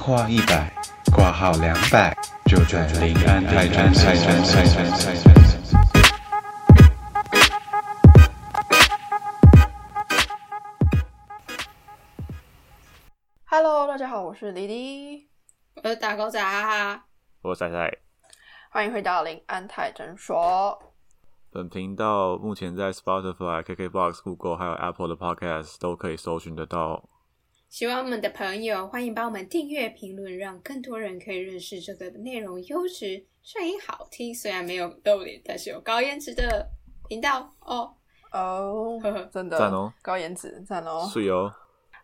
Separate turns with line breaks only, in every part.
话一百，挂号两百，就转临安泰站泰站泰站泰站。
Hello，大家好，我是黎黎，
我是打狗仔，啊
我是仔仔。
欢迎回到林安泰诊所。
本频道目前在 Spotify、KKBox、Google 还有 Apple 的 Podcast 都可以搜寻得到。
喜欢我们的朋友，欢迎帮我们订阅、评论，让更多人可以认识这个内容优质、声音好听，虽然没有露脸，但是有高颜值的频道哦。
哦、
呵呵，
真的，
赞哦
高颜值，赞哦。
是由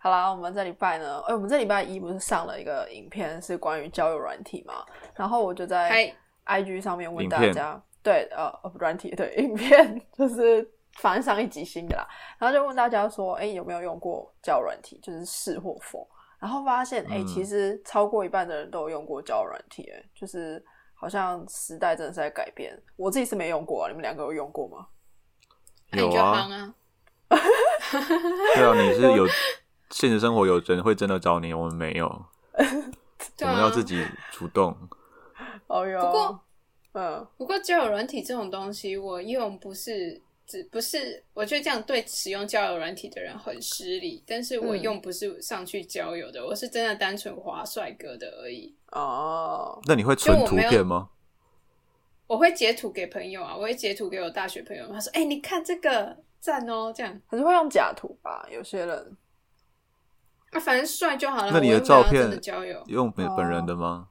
好啦，我们这礼拜呢，哎、我们这礼拜一不是上了一个影片，是关于交友软体嘛？然后我就
哎
在
啊
嗨，
IG 上面问
影
大
片
家，对，呃，呃软体对影片，就是反正上一集新的啦。然后就问大家说，哎、有没有用过交友软体，就是是或否？然后发现，哎、
嗯
其实超过一半的人都有用过交友软体、哎，就是好像时代真的是在改变。我自己是没用过、啊，你们两个有用过吗？
那你
有
就
啊
行，啊，
对啊，你是有现实生活有人会真的找你，我们没有，我
对
们
啊。
要自己主动。
哦哟，
不过，
嗯，
不过交友软体这种东西，我用不是只不是，我觉得这样对使用交友软体的人很失礼。但是我
嗯
用不是上去交友的，我是真的单纯划帅哥的而已。
哦，
那你会存
就我
图
没有
片吗？
我会截图给朋友啊，我会截图给我大学朋友，他说：“哎、你看这个赞哦。”这样
可是会用假图吧？有些人
啊，反正帅就好了。
那你
我又没有
的
要
照片
真的交友？
用本
哦
本人的吗？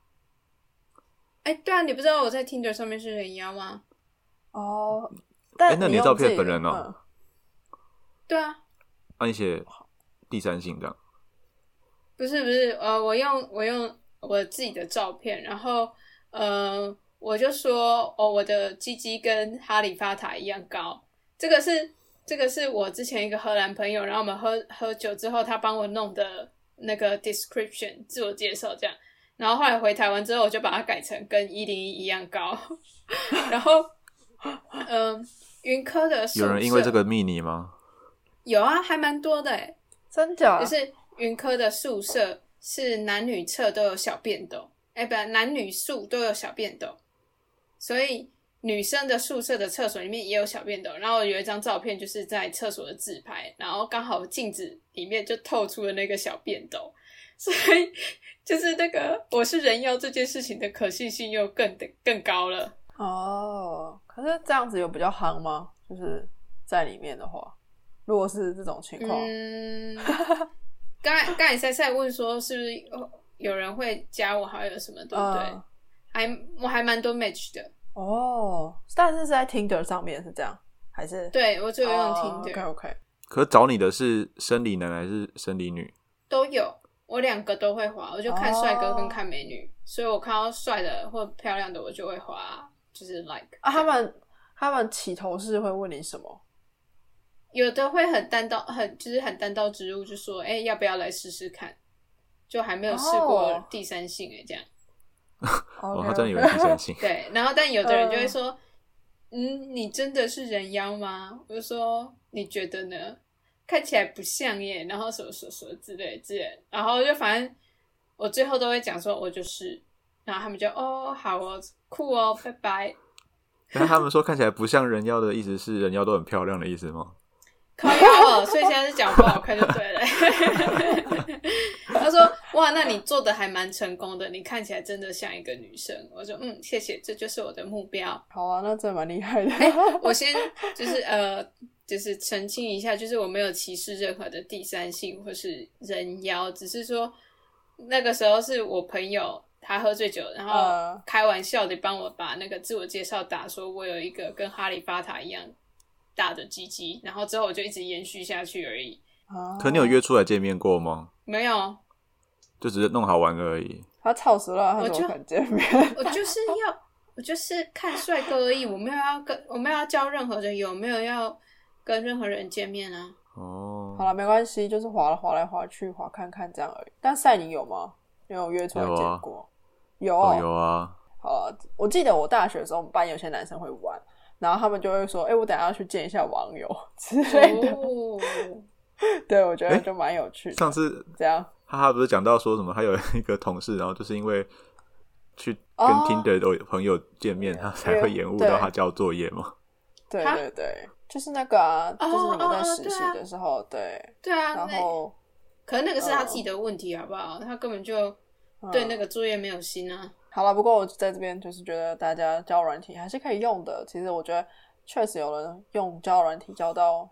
哎、对啊，你不知道我在 Tinder 上面是人妖吗？
哦，但
哎那你
用
照片
自己
本人哦
嗯
对啊，
啊，你写第三性这样。
不是不是，呃，我用我用我自己的照片，然后呃，我就说哦，我的鸡鸡跟哈利发塔一样高，这个是这个是我之前一个荷兰朋友，然后我们喝喝酒之后，他帮我弄的那个 description 自我介绍这样，然后后来回台湾之后，我就把它改成跟一零一一样高， 然后嗯、云科的
有人
宿
因为
舍
这个密你吗？
有啊，还蛮多的哎、
真假？
就是云科的宿舍是男女厕都有小便斗，哎、不，男女宿都有小便斗，所以女生的宿舍的厕所里面也有小便斗。然后有一张照片就是在厕所的自拍，然后刚好镜子里面就透出了那个小便斗， 所以就是那个我是人妖这件事情的可信性又更更高了。
哦，可是这样子有比较夯吗？就是在里面的话，如果是这种情况，
嗯， 刚才刚才赛赛问说是不是有有人会加我好友什么，对不对？
嗯
还我还蛮多 match 的，
哦，但是是在 Tinder 上面是这样，还是哦
对我就有用 Tinder、
OK OK，
可是找你的是生理男还是生理女？
都有，我两个都会滑，我就看帅哥跟
哦
看美女，所以我看到帅的或漂亮的我就会滑，就是 like
啊，他们他们起头是会问你什么？
有的会很单刀，很就是很单刀直入，就说哎、要不要来试试看，就还没有试过
哦
第三性哎、这样。
哦，
OK，
他真的有
OK
人第三性。
对，然后但有的人就会说，嗯，你真的是人妖吗？我就说你觉得呢？看起来不像耶，然后什么什么什么之类之类的，然后就反正我最后都会讲说我就是，然后他们就哦好哦酷哦拜拜，
那他们说看起来不像人妖的意思是人妖都很漂亮的意思吗？
靠腰哦，所以现在是讲不好看就对了。 他说哇，那你做的还蛮成功的，你看起来真的像一个女生。我说嗯谢谢，这就是我的目标。
好啊，那真的蛮厉害的。
哎我先就是呃，就是澄清一下，就是我没有歧视任何的第三性或是人妖，只是说那个时候是我朋友他喝醉酒，然后
嗯
开玩笑的帮我把那个自我介绍打说，我有一个跟哈利法塔一样大的鸡鸡，然后之后我就一直延续下去而已，
啊
可你有约出来见面过吗？
没有，
就只是弄好玩而已。
他操死了，他
我
怎么
就
可能见面？
我就是要，我就是看帅哥而已，我没有要跟，我没有要交任何的友，没有要跟任何人见 面啊。
好
哦，
了，没关系，就是划了划来划去，划看看这样而已。但赛你有吗？你有约出来
有啊
见过？有
哦
哦
有啊，
好了，呃我记得我大学的时候，我们班有些男生会玩，然后他们就会说：“哎、我等一下要去见一下网友之类的。
哦
对，我觉得
诶
就蛮有趣的。
上次
这样，
哈哈，不是讲到说什么，他有一个同事，然后就是因为去跟
哦
Tinder 的朋友见面，他才会延误到
对
他交作业嘛。
对
哈
对对，就是那个啊，
哦
就是你们在
哦哦
实习
对啊
的时候，对，
对啊，
然
那
后
可是那个是他自己的问题，好不好？他根本就对那
个
个作业没有心啊。
好了。不过我在这边就是觉得大家交友软体还是可以用的。其实我觉得确实有人用交友软体交到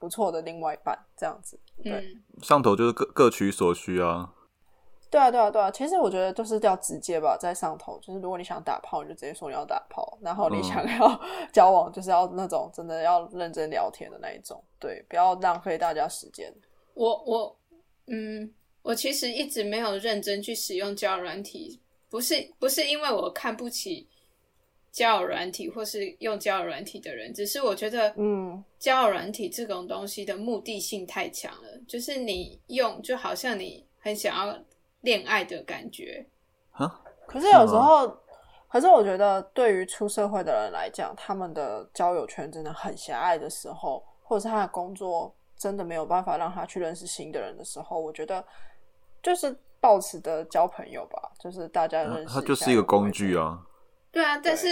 不错的另外一半，这样子。对
嗯，
上头就是各各取所需啊。
对啊，对啊，对啊。其实我觉得就是要直接吧，在上头，就是如果你想打炮，你就直接说你要打炮；然后你
嗯
想要 交往，就是要那种真的要认真聊天的那一种。对，不要浪费大家时间。
我我嗯，我其实一直没有认真去使用交友软体，不是不是因为我看不起交友软体或是用交友软体的人，只是我觉得
嗯，
交友软体这种东西的目的性太强了，就是你用就好像你很想要恋爱的感觉，
可是
是吗
有时候，可是我觉得对于出社会的人来讲，他们的交友圈真的很狭隘的时候，或者是他的工作真的没有办法让他去认识新的人的时候，我觉得就是抱持的交朋友吧，就是大家认识一下
它啊就是一个工具啊。
对啊，但是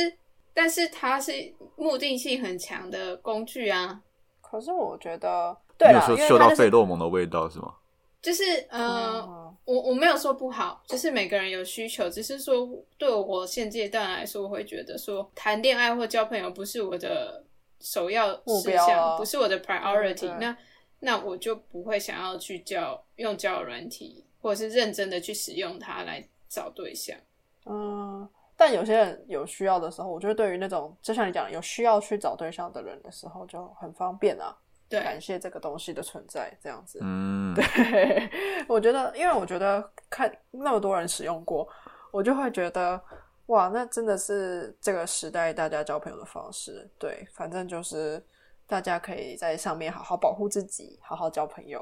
但是它是目的性很强的工具啊，
可是我觉得，
你
对
有
啦，因
嗅
为
嗅
他
到
就是
费洛蒙的味道是吗？
就是呃。
嗯
我我没有说不好，就是每个人有需求，只是说对我现阶段来说，我会觉得说谈恋爱或交朋友不是我的首要
目
事
标
项，
啊嗯
不是我的 priority、
对对
那那我就不会想要去交用交友软体，或者是认真的去使用它来找对象。
嗯，但有些人有需要的时候，我觉得对于那种就像你讲的有需要去找对象的人的时候，就很方便啊，
对，
感谢这个东西的存在，这样子。
嗯，
对， 我觉得，因为我觉得看那么多人使用过，我就会觉得，哇，那真的是这个时代大家交朋友的方式。对，反正就是大家可以在上面好好保护自己，好好交朋友，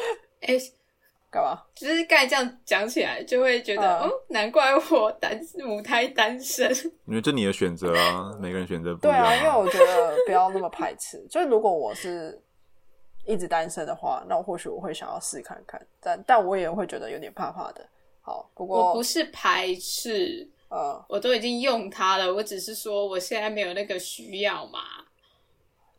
哎、
干嘛？
就是刚才这样讲起来，就会觉
嗯
得、哦，难怪我单母胎单 身。
因为这你的选择啊，每个人选择不一
对
样、
啊，因为我觉得不要那么排斥。 就是如果我是一直单身的话，那或许我会想要试看看，但但我也会觉得有点怕怕的。好，不
我
过
不是排斥，
呃，
我都已经用它了，我只是说我现在没有那个需要嘛。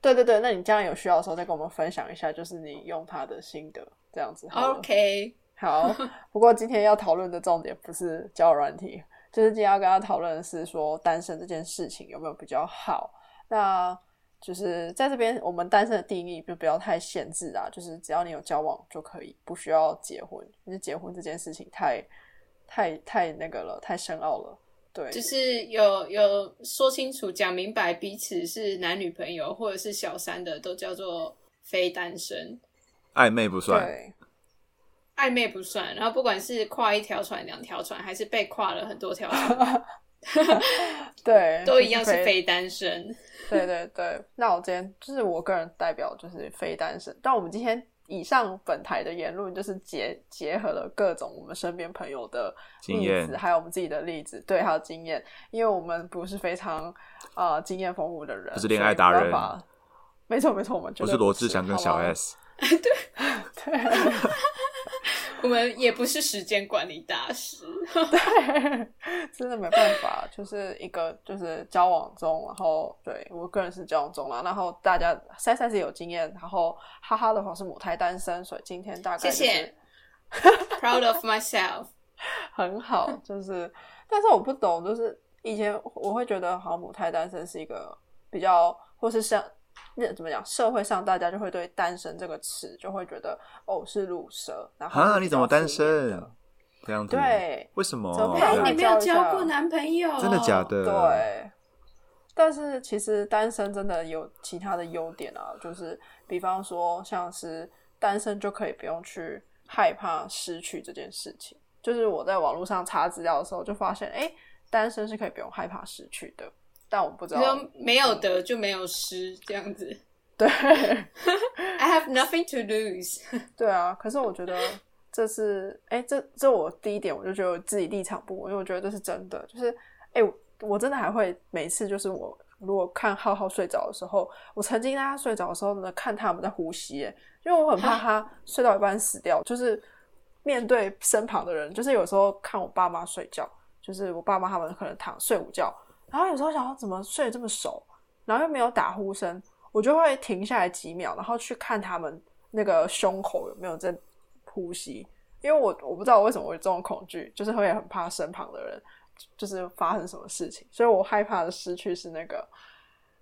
对对对，那你将来有需要的时候再跟我们分享一下，就是你用它的心得，这样子好了。
OK，
好，不过今天要讨论的重点不是交友软体，就是今天要跟他讨论的是说单身这件事情有没有比较好。那就是在这边，我们单身的定义就不要太限制啊，就是只要你有交往就可以，不需要结婚。因为结婚这件事情太、太、太那个了，太深奥了。对，
就是有有说清楚、讲明白彼此是男女朋友或者是小三的，都叫做非单身，
暧昧不算，
对，
暧昧不算。然后不管是跨一条船、两条船，还是被跨了很多条船，
对，
都一样
就是
非单身。
对对对，那我今天就是我个人代表就是非单身，但我们今天以上本台的言论就是结结合了各种我们身边朋友的
经
例
验
子，还有我们自己的例子，对，还有经验，因为我们不是非常呃经验丰富的人，
不是恋爱达人
所以没办法。没错没错，我们绝
不
对
是罗志祥跟小
好 吗
S。
对
我们也不是时间管理大师，
对， 真的没办法，就是一个就是交往中，然后对我个人是交往中啦，然后大家三三是有经验，然后哈哈的话是母胎单身，所以今天大概
谢
就是
谢，proud of myself。
很好，就是，但是我不懂，就是以前我会觉得好像母胎单身是一个比较，或是像那怎么讲，社会上大家就会对单身这个词就会觉得哦是乳蛇，然后
啊，
是
你
比
怎
较
么单
负面的
身？这样子？，
对，
为什么？啊
怎么
这
办
样
哎你没有交过
男朋友
哦真的假？的？，
哦对，但是其实单身真的有其他的优点啊，就是比方说像是单身就可以不用去害怕失去这件事情。就是我在网络上查资料的时候就发现，哎、单身是可以不用害怕失去的，但我不知
你
道
说。没有得就没有失这样子。
嗯 对
I have nothing to lose。
对啊，可是我觉得这是，哎、这这我第一点我就觉得我自己立场不稳，因为我觉得这是真的，就是，哎、我我真的还会每次就是我如果看浩浩睡着的时候，我曾经在他睡着的时候呢，看他们在呼吸，哎，因为我很怕他睡到一半死掉，就是面对身旁的人，就是有时候看我爸妈睡觉，就是我爸妈他们可能躺睡午觉，然后有时候想要怎么睡得这么熟，然后又没有打呼声，我就会停下来几秒，然后去看他们那个胸口有没有在呼吸，因为我我不知道我为什么会有这种恐惧，就是会很怕身旁的人就是发生什么事情，所以我害怕的失去是那个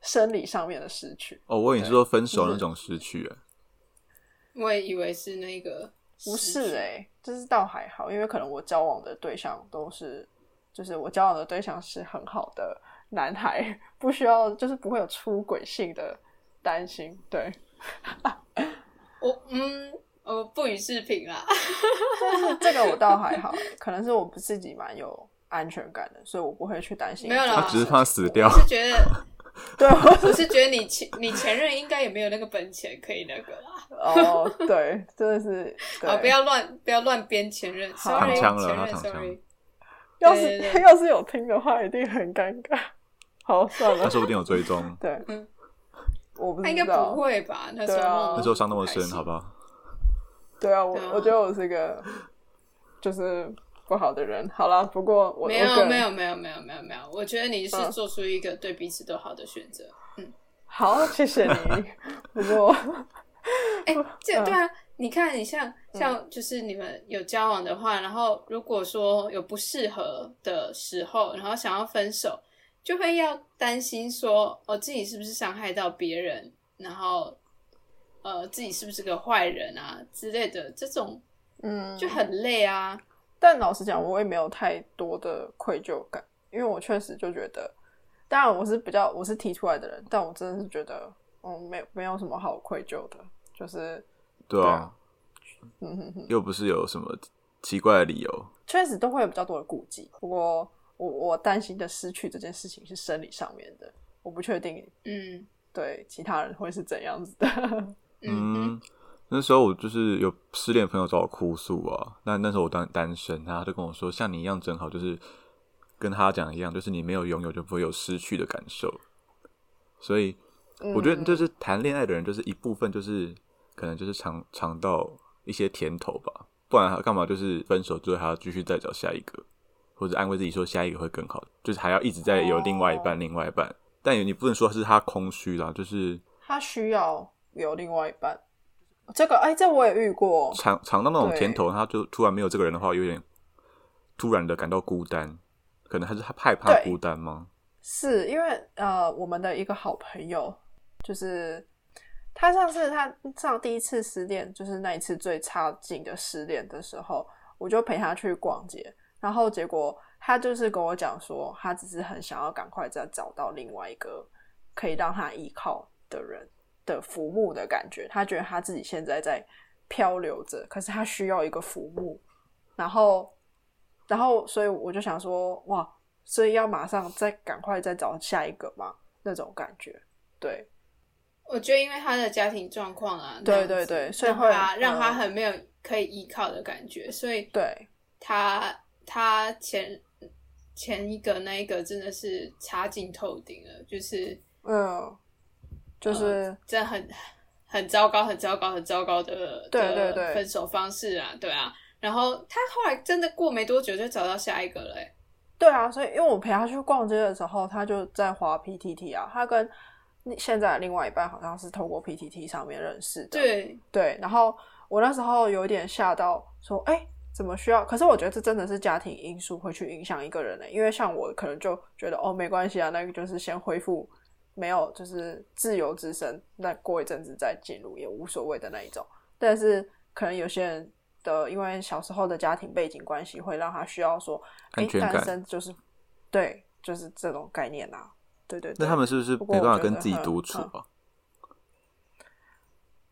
生理上面的失去，
哦，我以为你是说分手那种失去、
嗯
欸，
我也以为是那个
不
失
是
去
哎、就是倒还好，因为可能我交往的对象都是，就是我交往的对象是很好的男孩， 不需要就是不会有出轨性的担心，对。
我嗯，我不予置评啦。
但是 这个我倒还好，可能是我自己蛮有安全感的，所以我不会去担心
没
这
有
件
啦
事情。
他只是怕死掉
我。
哦
是觉得，
对，我
我是觉得你前你前任应该也没有那个本钱可以那个啦。
哦，对，真的 是对
啊，不要乱不要乱编前任
好
，sorry，
躺
枪了
前
他
任
躺枪
，sorry。
要是
对对对
要是有听的话，一定很尴尬。好，算
他
了，
说不定有追踪，
对
嗯，
我不知道，
他应该不会吧？那时
哦对啊
候
那时候伤那么深，
不开心
好不好？
对啊，我
对啊
我觉得我是个就是不好的人。好啦，不过我
没
我个
有
人
没有没有没有没有没有，我觉得你是
嗯
做出一个对彼此都好的选择。
好，谢谢你。不过
哎、这
嗯
对啊，你看你像像就是你们有交往的话，然后如果说有不适合的时候，然后想要分手，就会要担心说哦自己是不是伤害到别人，然后呃自己是不是个坏人啊之类的，这种
嗯，
就很累啊。
但老实讲，我也没有太多的愧疚感，因为我确实就觉得，当然我是比较我是提出来的人，但我真的是觉得，嗯，没有没有什么好愧疚的，就是
对
对
啊
啊，嗯哼哼，
又不是有什么奇怪的理由。
确实都会有比较多的顾忌。不过我我担心的失去这件事情是生理上面的，我不确定
嗯
对其他人会是怎样子的。
嗯哼
嗯，那时候我就是有失恋朋友找我哭诉啊，那那时候我单单身，他就跟我说，像你一样真好，就是跟他讲一样，就是你没有拥有就不会有失去的感受。所以我觉
嗯
得，就是谈恋爱的人，就是一部分就是可能就是尝尝到一些甜头吧，不然他干嘛就是分手之后还要继续再找下一个，或者安慰自己说下一个会更好，就是还要一直在有另外一半，
哦
另外一半。但你不能说是他空虚啦，就是
他需要有另外一半。这个哎，这我也遇过，
尝尝到那种
对
甜头，他就突然没有这个人的话，有点突然的感到孤单，可能还是他害怕
对
孤单吗？
是因为呃，我们的一个好朋友，就是他上次他上第一次失恋，就是那一次最差劲的失恋的时候，我就陪他去逛街，然后结果他就是跟我讲说，他只是很想要赶快再找到另外一个可以让他依靠的人的浮木的感觉，他觉得他自己现在在漂流着，可是他需要一个浮木，然后，然后，所以我就想说，哇，所以要马上再赶快再找下一个嘛，那种感觉，对，
我觉得因为他的家庭状况啊，
对
那样子
对对所以
让他
会
让他
嗯
很没有可以依靠的感觉，所以
对，
他他前前一个那一个真的是差劲透顶了，就是
嗯，就是，
真的很很糟糕、很糟糕、很糟糕的
对
的
对对
分手方式啊，对啊。然后他后来真的过没多久就找到下一个了、欸，
对啊，所以因为我陪他去逛街的时候，他就在滑 PTT 啊，他跟现在的另外一半好像是透过 PTT 上面认识的，
对，
对，然后我那时候有点吓到，说，哎，怎么需要？可是我觉得这真的是家庭因素会去影响一个人的，欸因为像我可能就觉得，哦，没关系啊，那个就是先恢复，没有就是自由之身，那过一阵子再进入也无所谓的那一种。但是可能有些人的，因为小时候的家庭背景关系，会让他需要说，哎
安，全
单
感
身就是，对，就是这种概念啊，对对对。
那他们是不是
不过
没办
我
法
觉
跟
得
自己
很
独处
嗯
啊？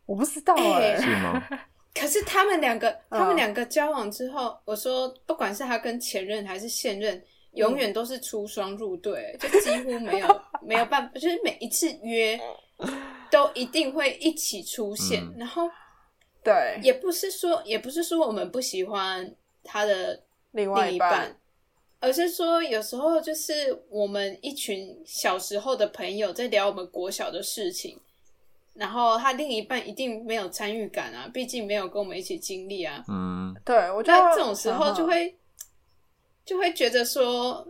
我不知道哎、
哎
是吗？
可是他们两个，
嗯
他们两个交往之后，我说不管是他跟前任还是现任，
嗯
永远都是出双入对，欸就几乎没有没有办法，就是每一次约 都一定会一起出现，
嗯
然后
对，
也不是说也不是说我们不喜欢他的
另外
另
一
一
半
半，而是说有时候就是我们一群小时候的朋友在聊我们国小的事情，然后他另一半一定没有参与感啊，毕竟没有跟我们一起经历啊。
嗯，
对我觉得嗯
在这种时候就会、就会觉得说，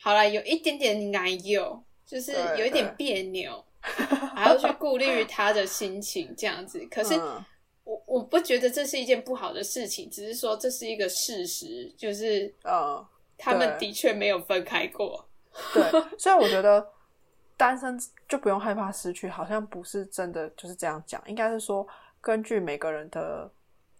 好了，有一点点难有，就是
对
有一点别 扭，还要去顾虑他的心情这样子。可是
嗯
我我不觉得这是一件不好的事情，只是说这是一个事实，就是
嗯，
他们
对
的确没有分开过。
对，所以我觉得单身就不用害怕失去，好像不是真的就是这样讲，应该是说根据每个人的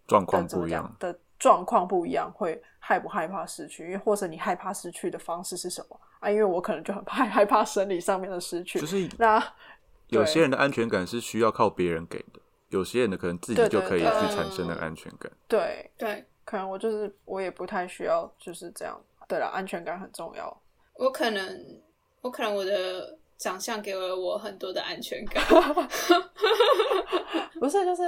状
的
况
怎么
不一
讲
样，
的状况不一样，会害不害怕失去，因为或者你害怕失去的方式是什么啊？因为我可能就很怕害怕生理上面的失去，
就是
那
有
对
些人的安全感是需要靠别人给的，有些人的可能自己
对
就
对
可以
对
去产生那个安全感。
对，
对
可能我就是我也不太需要就是这样。对了，安全感很重要。
我可能，我可能我的长相给了我很多的安全感。
不是，就是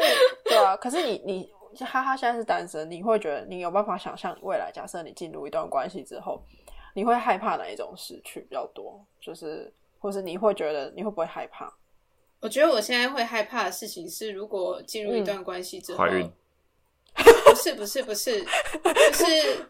对啊。可是你你哈哈，现在是单身，你会觉得你有办法想象未来，假设你进入一段关系之后，你会害怕哪一种失去比较多？就是，或是你会觉得你会不会害怕？
我觉得我现在会害怕的事情是，如果进入一段关系
嗯
之后，
怀孕
不是不是不是，就是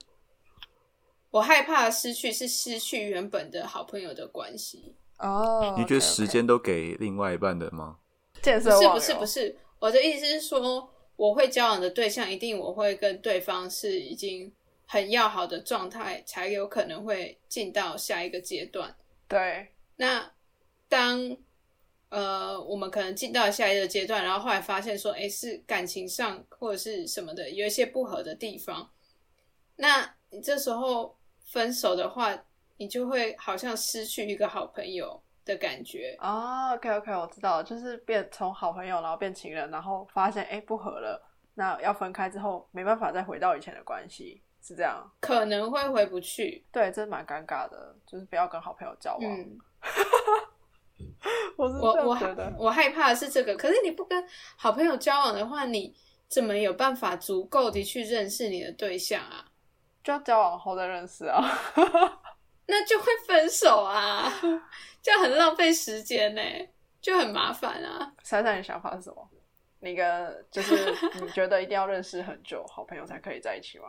我害怕的失去是失去原本的好朋友的关系，
哦
你觉得时间都给另外一半的吗？
建
不
设
是
忘
不是不
友
是，我的意思是说，我会交往的对象一定我会跟对方是已经很要好的状态，才有可能会进到下一个阶段。
对，
那当呃，我们可能进到下一个阶段，然后后来发现说，哎，是感情上或者是什么的有一些不合的地方，那你这时候分手的话，你就会好像失去一个好朋友的感觉。
啊，OK OK，我知道了，就是变从好朋友，然后变情人，然后发现哎、不合了，那要分开之后没办法再回到以前的关系，是这样。
可能会回不去，
对，真蛮尴尬的，就是不要跟好朋友交往。
嗯，
我是
我
这样
我
觉得
害。我害怕的是这个，可是你不跟好朋友交往的话，你怎么有办法足够的去认识你的对象啊？
就要交往后再认识啊。
那就会分手啊， 这样很浪费时间呢、就很麻烦啊。
珊珊，你想法是什么？你跟就是你觉得一定要认识很久，好朋友才可以在一起吗？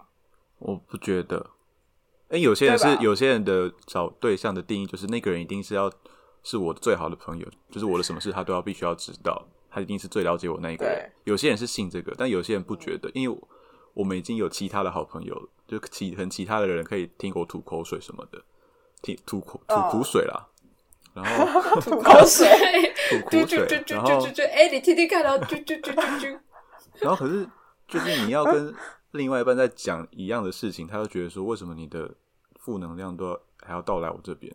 我不觉得。哎、有些人
对
是
吧
有些人的找对象的定义就是那个人一定是要是我最好的朋友，就是我的什么事他都要必须要知道，他一定是最了解我那一个人
对。
有些人是信这个，但有些人不觉得，因为我我们已经有其他的好朋友了，就其可能其他的人可以听我吐口水什么的，听吐口吐
哦
苦水啦， 然后
吐口水，
吐
嘟嘟
苦
嘟
水，
嘟
然
嘟
后
嘟嘟，哎，你听听看 哦，嘟嘟嘟嘟嘟。
然后可是就是你要跟另外一半在讲一样的事情，他就觉得说为什么你的负能量都要还要到来我这边，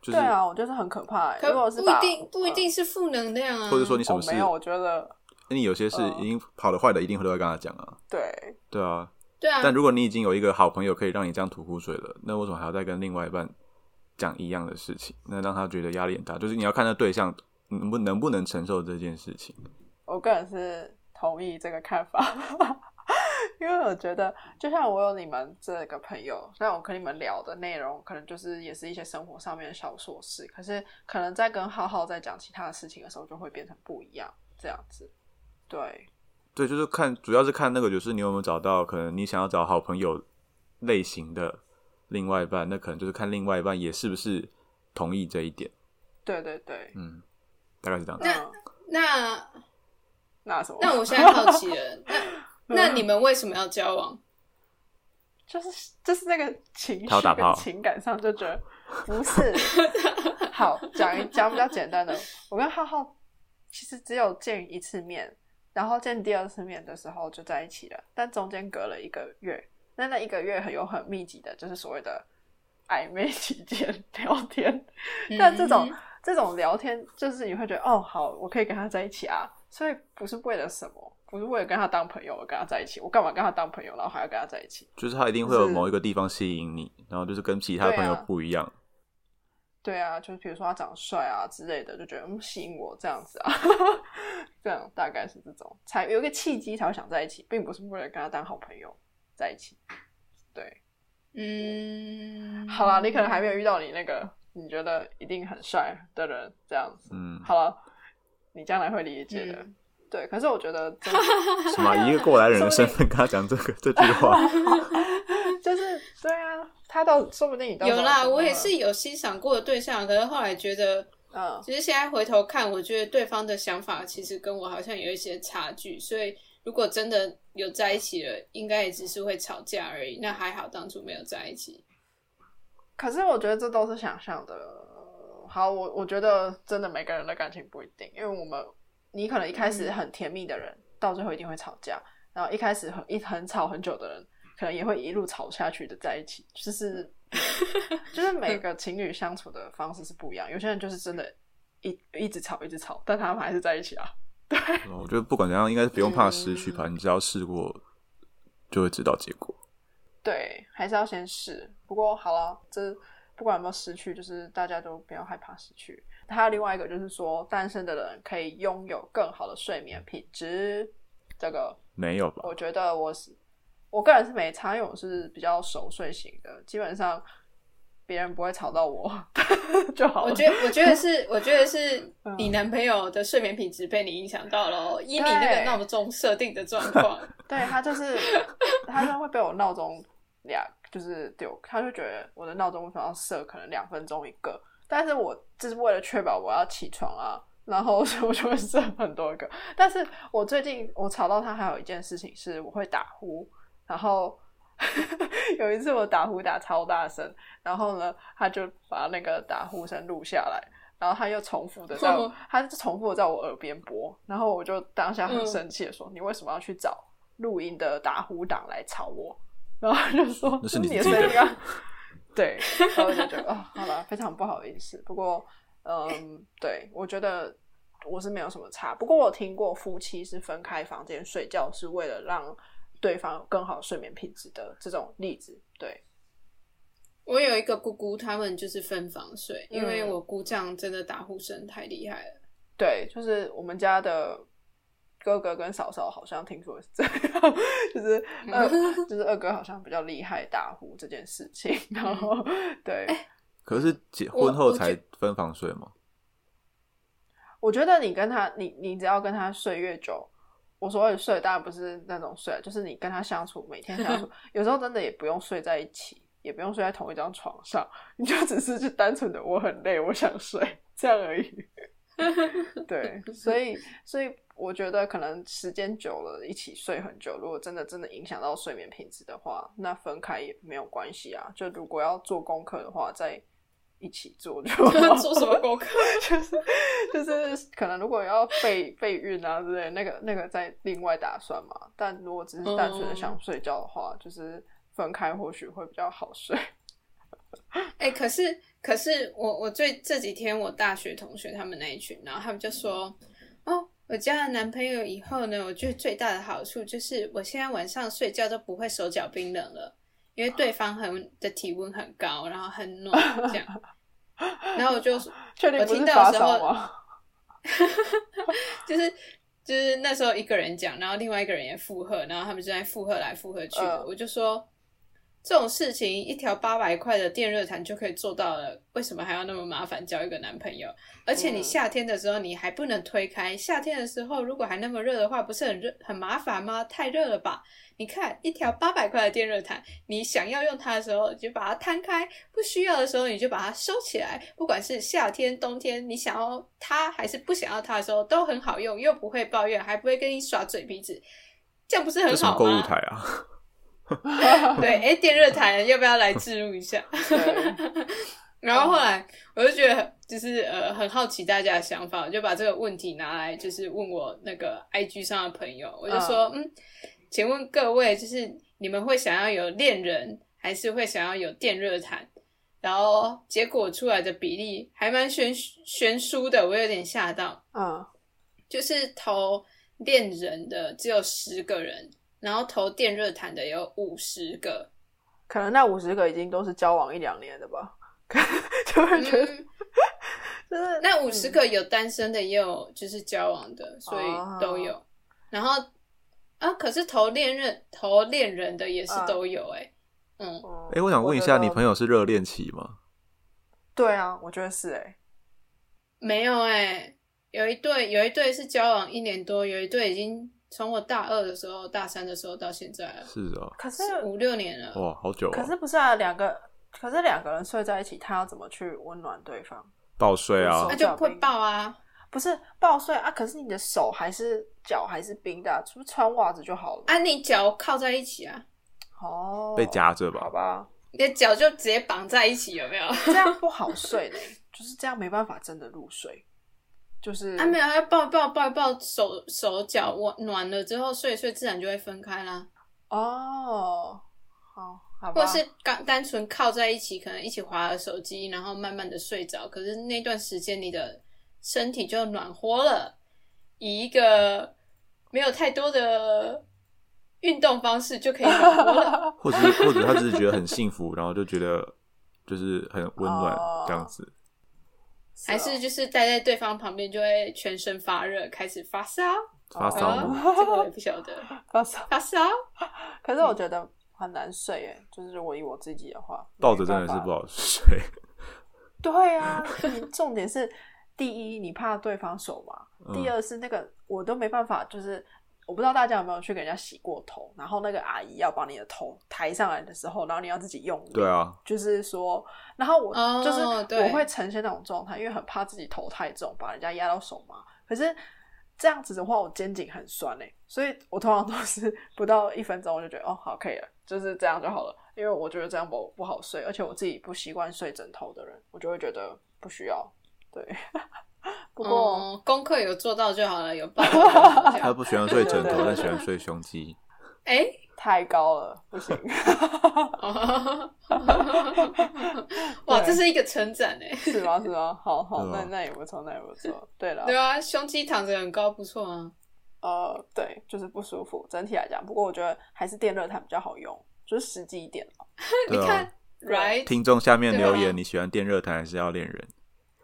就是、
对啊，我觉得这很可怕、欸。如
可
果
不
是
一
把
定，不一定是负能量啊。
或者说你
哦
什么事，
没有，我嗯觉得
你有些事已经好的坏的一定会都会跟他讲啊，
对
对啊。
对啊，
但如果你已经有一个好朋友可以让你这样吐苦水了，那为什么还要再跟另外一半讲一样的事情？那让他觉得压力很大，就是你要看那对象能不能不能承受这件事情。
我个人是同意这个看法。因为我觉得，就像我有你们这个朋友，那我跟你们聊的内容，可能就是也是一些生活上面的小琐事，可是可能在跟浩浩在讲其他的事情的时候，就会变成不一样这样子。对，
对，就是看，主要是看那个，就是你有没有找到可能你想要找好朋友类型的另外一半，那可能就是看另外一半也是不是同意这一点，
对对对，
嗯，大概是这样。
那
嗯
那
那什么？
那我现在好奇了，那那你们为什么要交往？
就是就是那个情绪
他要打炮
跟情感上就觉得不是好讲一讲比较简单的。我跟浩浩其实只有见一次面，然后见第二次面的时候就在一起了，但中间隔了一个月。那那一个月很有很密集的，就是所谓的暧昧期间聊天。但这种、
嗯
这种聊天，就是你会觉得哦，好，我可以跟他在一起啊，所以不是为了什么，不是为了跟他当朋友而跟他在一起，我干嘛跟他当朋友，然后还要跟他在一起？
就是他一定会有某一个地方吸引你，然后就是跟其他朋友不一样。
对啊，就是比如说他长得帅啊之类的，就觉得嗯吸引我这样子啊， 这样大概是这种，才有一个契机才会想在一起，并不是为了跟他当好朋友在一起。对，
嗯，
好啦，你可能 还没有遇到你那个你觉得一定很帅的人这样子。
嗯，
好了，你将来会理解的。
嗯
对，可是我觉得真
什么啊一个过来人的身份跟他讲这个这句话，
的 就是对啊，他到说不定你到时
有
候
啦，
就
我也
会
是有欣赏过的对象，可是后来觉得，
嗯
其实现在回头看，我觉得对方的想法其实跟我好像有一些差距，所以如果真的有在一起了，应该也只是会吵架而已。那还好当初没有在一起。
可是我觉得这都是想象的。好，我我觉得真的每个人的感情不一定，因为我们你可能一开始很甜蜜的人，到最后一定会吵架；然后一开始很一很吵很久的人，可能也会一路吵下去的在一起。就是就是每个情侣相处的方式是不一样，有些人就是真的一一直吵一直吵，但他们还是在一起啊。
嗯我觉得不管怎样，应该是不用怕失去吧，你只要试过就会知道结果。
对，还是要先试。不过好了，这不管有没有失去，就是大家都不要害怕失去。还有另外一个就是说，单身的人可以拥有更好的睡眠品质。这个
没有吧？
我觉得我是我个人是没差，因为我是比较熟睡型的，基本上别人不会吵到我 就好了。
我觉得，我觉得是，我觉得 是你男朋友的睡眠品质被你影响到了哦，以你那个
对
闹钟设定的状况，
对他就是，他就会被我闹钟两就是丢，他就觉得我的闹钟为什么要设可能两分钟一个，但是我就是为了确保我要起床啊，然后 所以我就会设很多个。但是我最近我吵到他还有一件事情是我会打呼，然后 有一次我打呼打超大声，然后呢他就把那个打呼声录下来。然后他又重复的在我，他就重复的在我耳边播，然后我就当下很
嗯
生气的说：“你为什么要去找录音的打呼档来吵我，然后他就说
那是
你
你
的
自己的
声音啊。 对，然后我就觉得哦，好了，非常不好意思。不过，嗯，对我觉得我是没有什么差。不过我听过夫妻是分开房间睡觉是为了让对方有更好睡眠品质的这种例子。对，
我有一个姑姑，他们就是分房睡，
嗯
因为我姑丈真的打呼声太厉害 了。
对，就是我们家的哥哥跟嫂嫂好像听说是这样，就是二就是二哥好像比较厉害打呼这件事情，然后对。
可是结
我
婚后
我
才
觉
分房睡吗？
我觉得你跟他，你你只要跟他睡越久，我所谓的睡当然不是那种睡，啊就是你跟他相处，每天 相处，有时候真的也不用睡在一起，也不用睡在同一张床上，你就只是就单纯的我很累，我想睡这样而已。 对，所以所以我觉得可能时间久了，一起睡很久，如果真的真的影响到睡眠品质的话，那分开也没有关系啊。就如果要做功课的话，再一起做就好。
做什么功课？
就是就是可能如果要备备孕啊之类，那个那个再另外打算嘛。但如果只是单纯的
嗯
想睡觉的话，就是分开或许会比较好睡。
哎、可是可是我我最这几天我大学同学他们那一群，然后他们就说，哦，我交了男朋友以后呢，我觉得最大的好处就是我现在晚上睡觉都不会手脚冰冷了，因为对方很的体温很高，然后很暖这样。然后我就
确定
我
不是
听
发
到的时
烧
候
吗？
就是就是那时候一个人讲，然后另外一个人也附和，然后他们就在附和来附和去的。
嗯
我就说这种事情，一条八百块的电热毯就可以做到了，为什么还要那么麻烦交一个男朋友？而且你
嗯
夏天的时候你还不能推开，夏天的时候如果还那么热的话，不是很热很麻烦吗？太热了吧？你看一条八百块的电热毯，你想要用它的时候你就把它摊开，不需要的时候你就把它收起来。不管是夏天、冬天，你想要它还是不想要它的时候，都很好用，又不会抱怨，还不会跟你耍嘴皮子，这样不是很
这什么
好
购物
吗？
台啊？
对，哎、电热毯要不要来置入一下？
对
然
哦
后后来我就觉得，就是呃，很好奇大家的想法，我就把这个问题拿来，就是问我那个 IG 上的朋友，我就说，嗯，请问各位，就是你们会想要有恋人，还是会想要有电热毯？然后结果出来的比例还蛮悬悬殊的，我有点吓到。
嗯，
就是投恋人的只有十个人，然后投电热毯的有五十个。
可能那五十个已经都是交往一两年的吧， 就会觉得
嗯，
就是
那五十个有单身的，也有就是交往的，所以
哦
都有。然后啊，可是投恋人投恋人的也是都有哎、嗯，
嗯
哎、我想问一
觉
下，
得
你朋友是热恋期吗？
对啊，我觉得是哎、
没有哎、有一对有一对是交往一年多，有一对已经从我大二的时候、大三的时候到现在了，
是啊，
可是哦
五六年了。
哇，好久
可
啊
是，不是啊，两个可是两个人睡在一起，他要怎么去温暖对方？
报税啊
那
手，
就会爆啊！
不是抱睡啊，可是你的手还是脚还是冰的啊、是不是穿袜子就好了？
啊，你脚靠在一起啊，
哦，
被夹着吧
好，吧，
你的脚就直接绑在一起，有没有？
这样不好睡 嘞，就是这样没办法真的入睡，就是
啊，没有，要抱一抱，抱一抱，手手脚暖暖了之后睡一睡，自然就会分开啦。
哦，好，好吧，
或是刚单纯靠在一起，可能一起划了手机，然后慢慢的睡着。可是那段时间，你的身体就暖和了，以一个没有太多的运动方式就可以暖和了。
或者是或者他只是觉得很幸福， 然后就觉得就是很温暖
哦
这样子，
啊
还是就是待在对方旁边，就会全身发热，开始发烧。
发
哦
烧吗？
啊这个我也不晓得，
可是
发烧。
可是我觉得很难睡哎，就是如果以我自己的话，
抱着真的
没办
是
法
不好 睡，
对啊，你重点是第一，你怕对方手麻；
嗯
第二是那个我都没办法，就是我不知道大家有没有去给人家洗过头，然后那个阿姨要把你的头抬上来的时候，然后你要自己用力。
对。啊，
就是说，然后我、
哦
就是
对
我会呈现那种状态，因为很怕自己头太重，把人家压到手麻。可是这样子的话，我肩颈很酸哎、所以我通常都是 不到一分钟我就觉得哦好可以了，就是这样就好了，因为我觉得这样不不好睡，而且我自己不习惯睡枕头的人，我就会觉得不需要。对， 不过、
嗯，功课有做到就好了，有抱。
他不喜欢睡枕
对
头，
对
但
对
喜欢睡胸肌。
哎、
太高了，不 行。
哦 哇，
对
这是一个成长哎。
是吗？是吗？好好，
对啊
那那也不错，那也不 错。对了，
对啊，胸肌躺着很高，不错啊。
呃，对，就是不舒服，整体来讲。不过我觉得还是电热毯比较好用，就是实际一点嘛。
对
你
啊
看，，right？
听众下面留
对啊
言，你喜欢电热毯还是要恋人？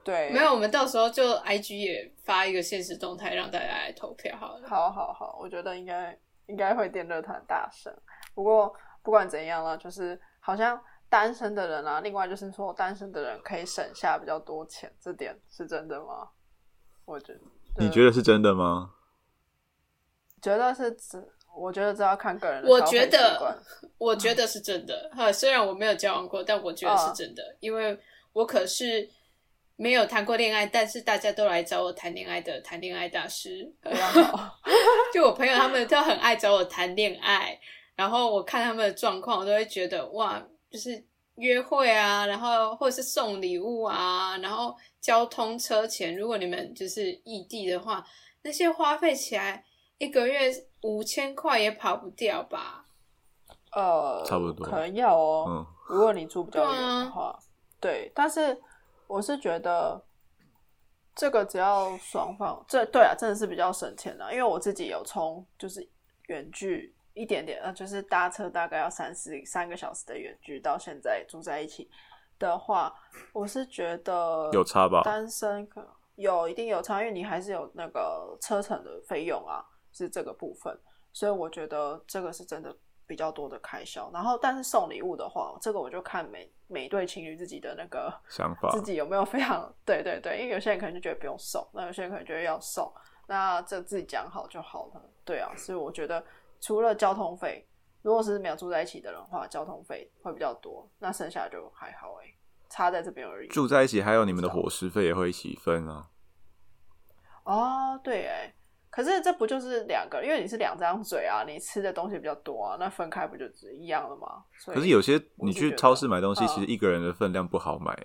对，
没有，，我们到时候就 IG 也发一个现实动态，让大家来投票好了。
好好好，我觉得应该应该会电热毯大神。不过不管怎样啦，就是好像单身的人啊，另外就是说单身的人可以省下比较多钱，这点是真的吗？我觉得，
你觉得是真的吗？
觉得是指？我觉得这要看个人的
我
消费
觉得
习惯
我觉得是真的，哈，虽然我没有交往过，但我觉得是真的，因为我可是没有谈过恋爱，但是大家都来找我谈恋爱的谈恋爱大师。
比较好，
就我朋友他们都很爱找我谈恋爱，然后我看他们的状况，我都会觉得哇，就是约会啊，然后或者是送礼物啊，然后交通车钱，如果你们就是异地的话，那些花费起来一个月五千块也跑不掉吧？
呃，
差不多
可能要哦，
嗯，
如果你住比较
对
远
啊
的话，对，但是我是觉得这个只要双方，这对啊，真的是比较省钱的、啊因为我自己有从就是远距一点点，呃，就是搭车大概要三四三个小时的远距，到现在住在一起的话，我是觉得
有差吧？
单身可有一定有差，因为你还是有那个车程的费用啊，是这个部分，所以我觉得这个是真的比较多的开销。然后，但是送礼物的话，这个我就看每每对情侣自己的那个
想法
自己有没有非常对对对，因为有些人可能就觉得不用送，那有些人可能觉得要送，那这自己讲好就好了。对啊，所以我觉得除了交通费，如果是没有住在一起的人的话，交通费会比较多，那剩下就还好哎、差在这边而已。
住在一起，还有你们的伙食费也会一起分啊。
哦，对哎，可是这不就是两个？因为你是两张嘴啊，你吃的东西比较多啊，那分开不就是一样了吗？所以
可是有些
我
你
是
去
觉得
超市买东西，
嗯
其实一个人的分量不好买。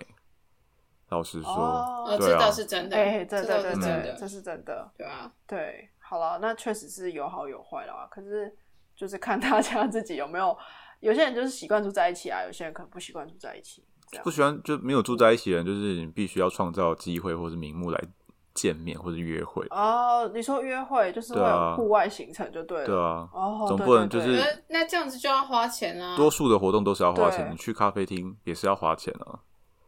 老实说，
哦，
哦，
对
这
啊
倒是真的，
哎、对
这
对
倒
对
是真
对，
的
这，是真的。
对啊，
对，好了，那确实是有好有坏啦。可是就是看大家自己有没有，有些人就是习惯住在一起啊，有些人可能不习惯住在一起。这样
不喜欢就没有住在一起的人，就是你必须要创造机会或是名目来见面或者约会。
哦，你说约会就是会
对
有
啊
户外行程就对了。
对啊，
哦，
总
对
不能
对
就
对
是
那呃那这样子就要花钱啊，
多数的活动都是要花钱，
对
你去咖啡厅也是要花钱啊，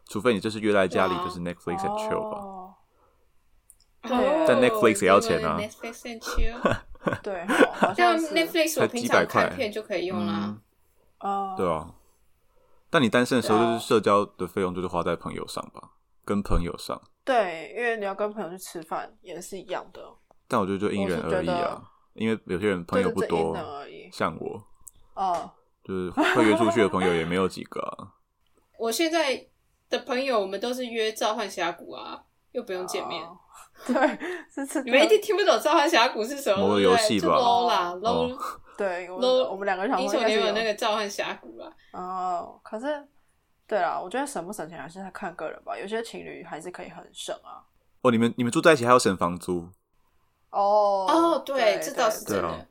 除非你就是约在家里
对啊
就是 Netflix and chill 吧。
哦
哦
但 Netflix 也要钱啊
Netflix and chill
对，好好
像
像是
Netflix 我
才
平
几
常
百块
看片就可以用啦、
嗯，
哦，
啊对啊。但你单身的时候，
对
就
啊
是社交的费用就是花在朋友上吧，跟朋友上，
对，因为你要跟朋友去吃饭也是一样的
但我觉得就因人而异
我是觉得
啊，因为有些人朋友不
对对对因
多
人而异，
像我
哦。
就是会约出去的朋友也没有几个啊。
我现在的朋友，我们都是约召唤峡谷啊，又不用见面。
哦对，是是，
你们一定听不懂召唤峡谷是什么，
某个
对不
游戏
对？就
吧
low 啦
哦
，low
对，我
low，
我们两个想
英
说应
雄
该是
联盟那
有
个召唤峡谷啊，
哦，可是对啦，我觉得省不省钱还是看个人吧，有些情侣还是可以很省啊。
哦，你们你们住在一起还要省房租，
哦
哦，对，这倒是真
对对啊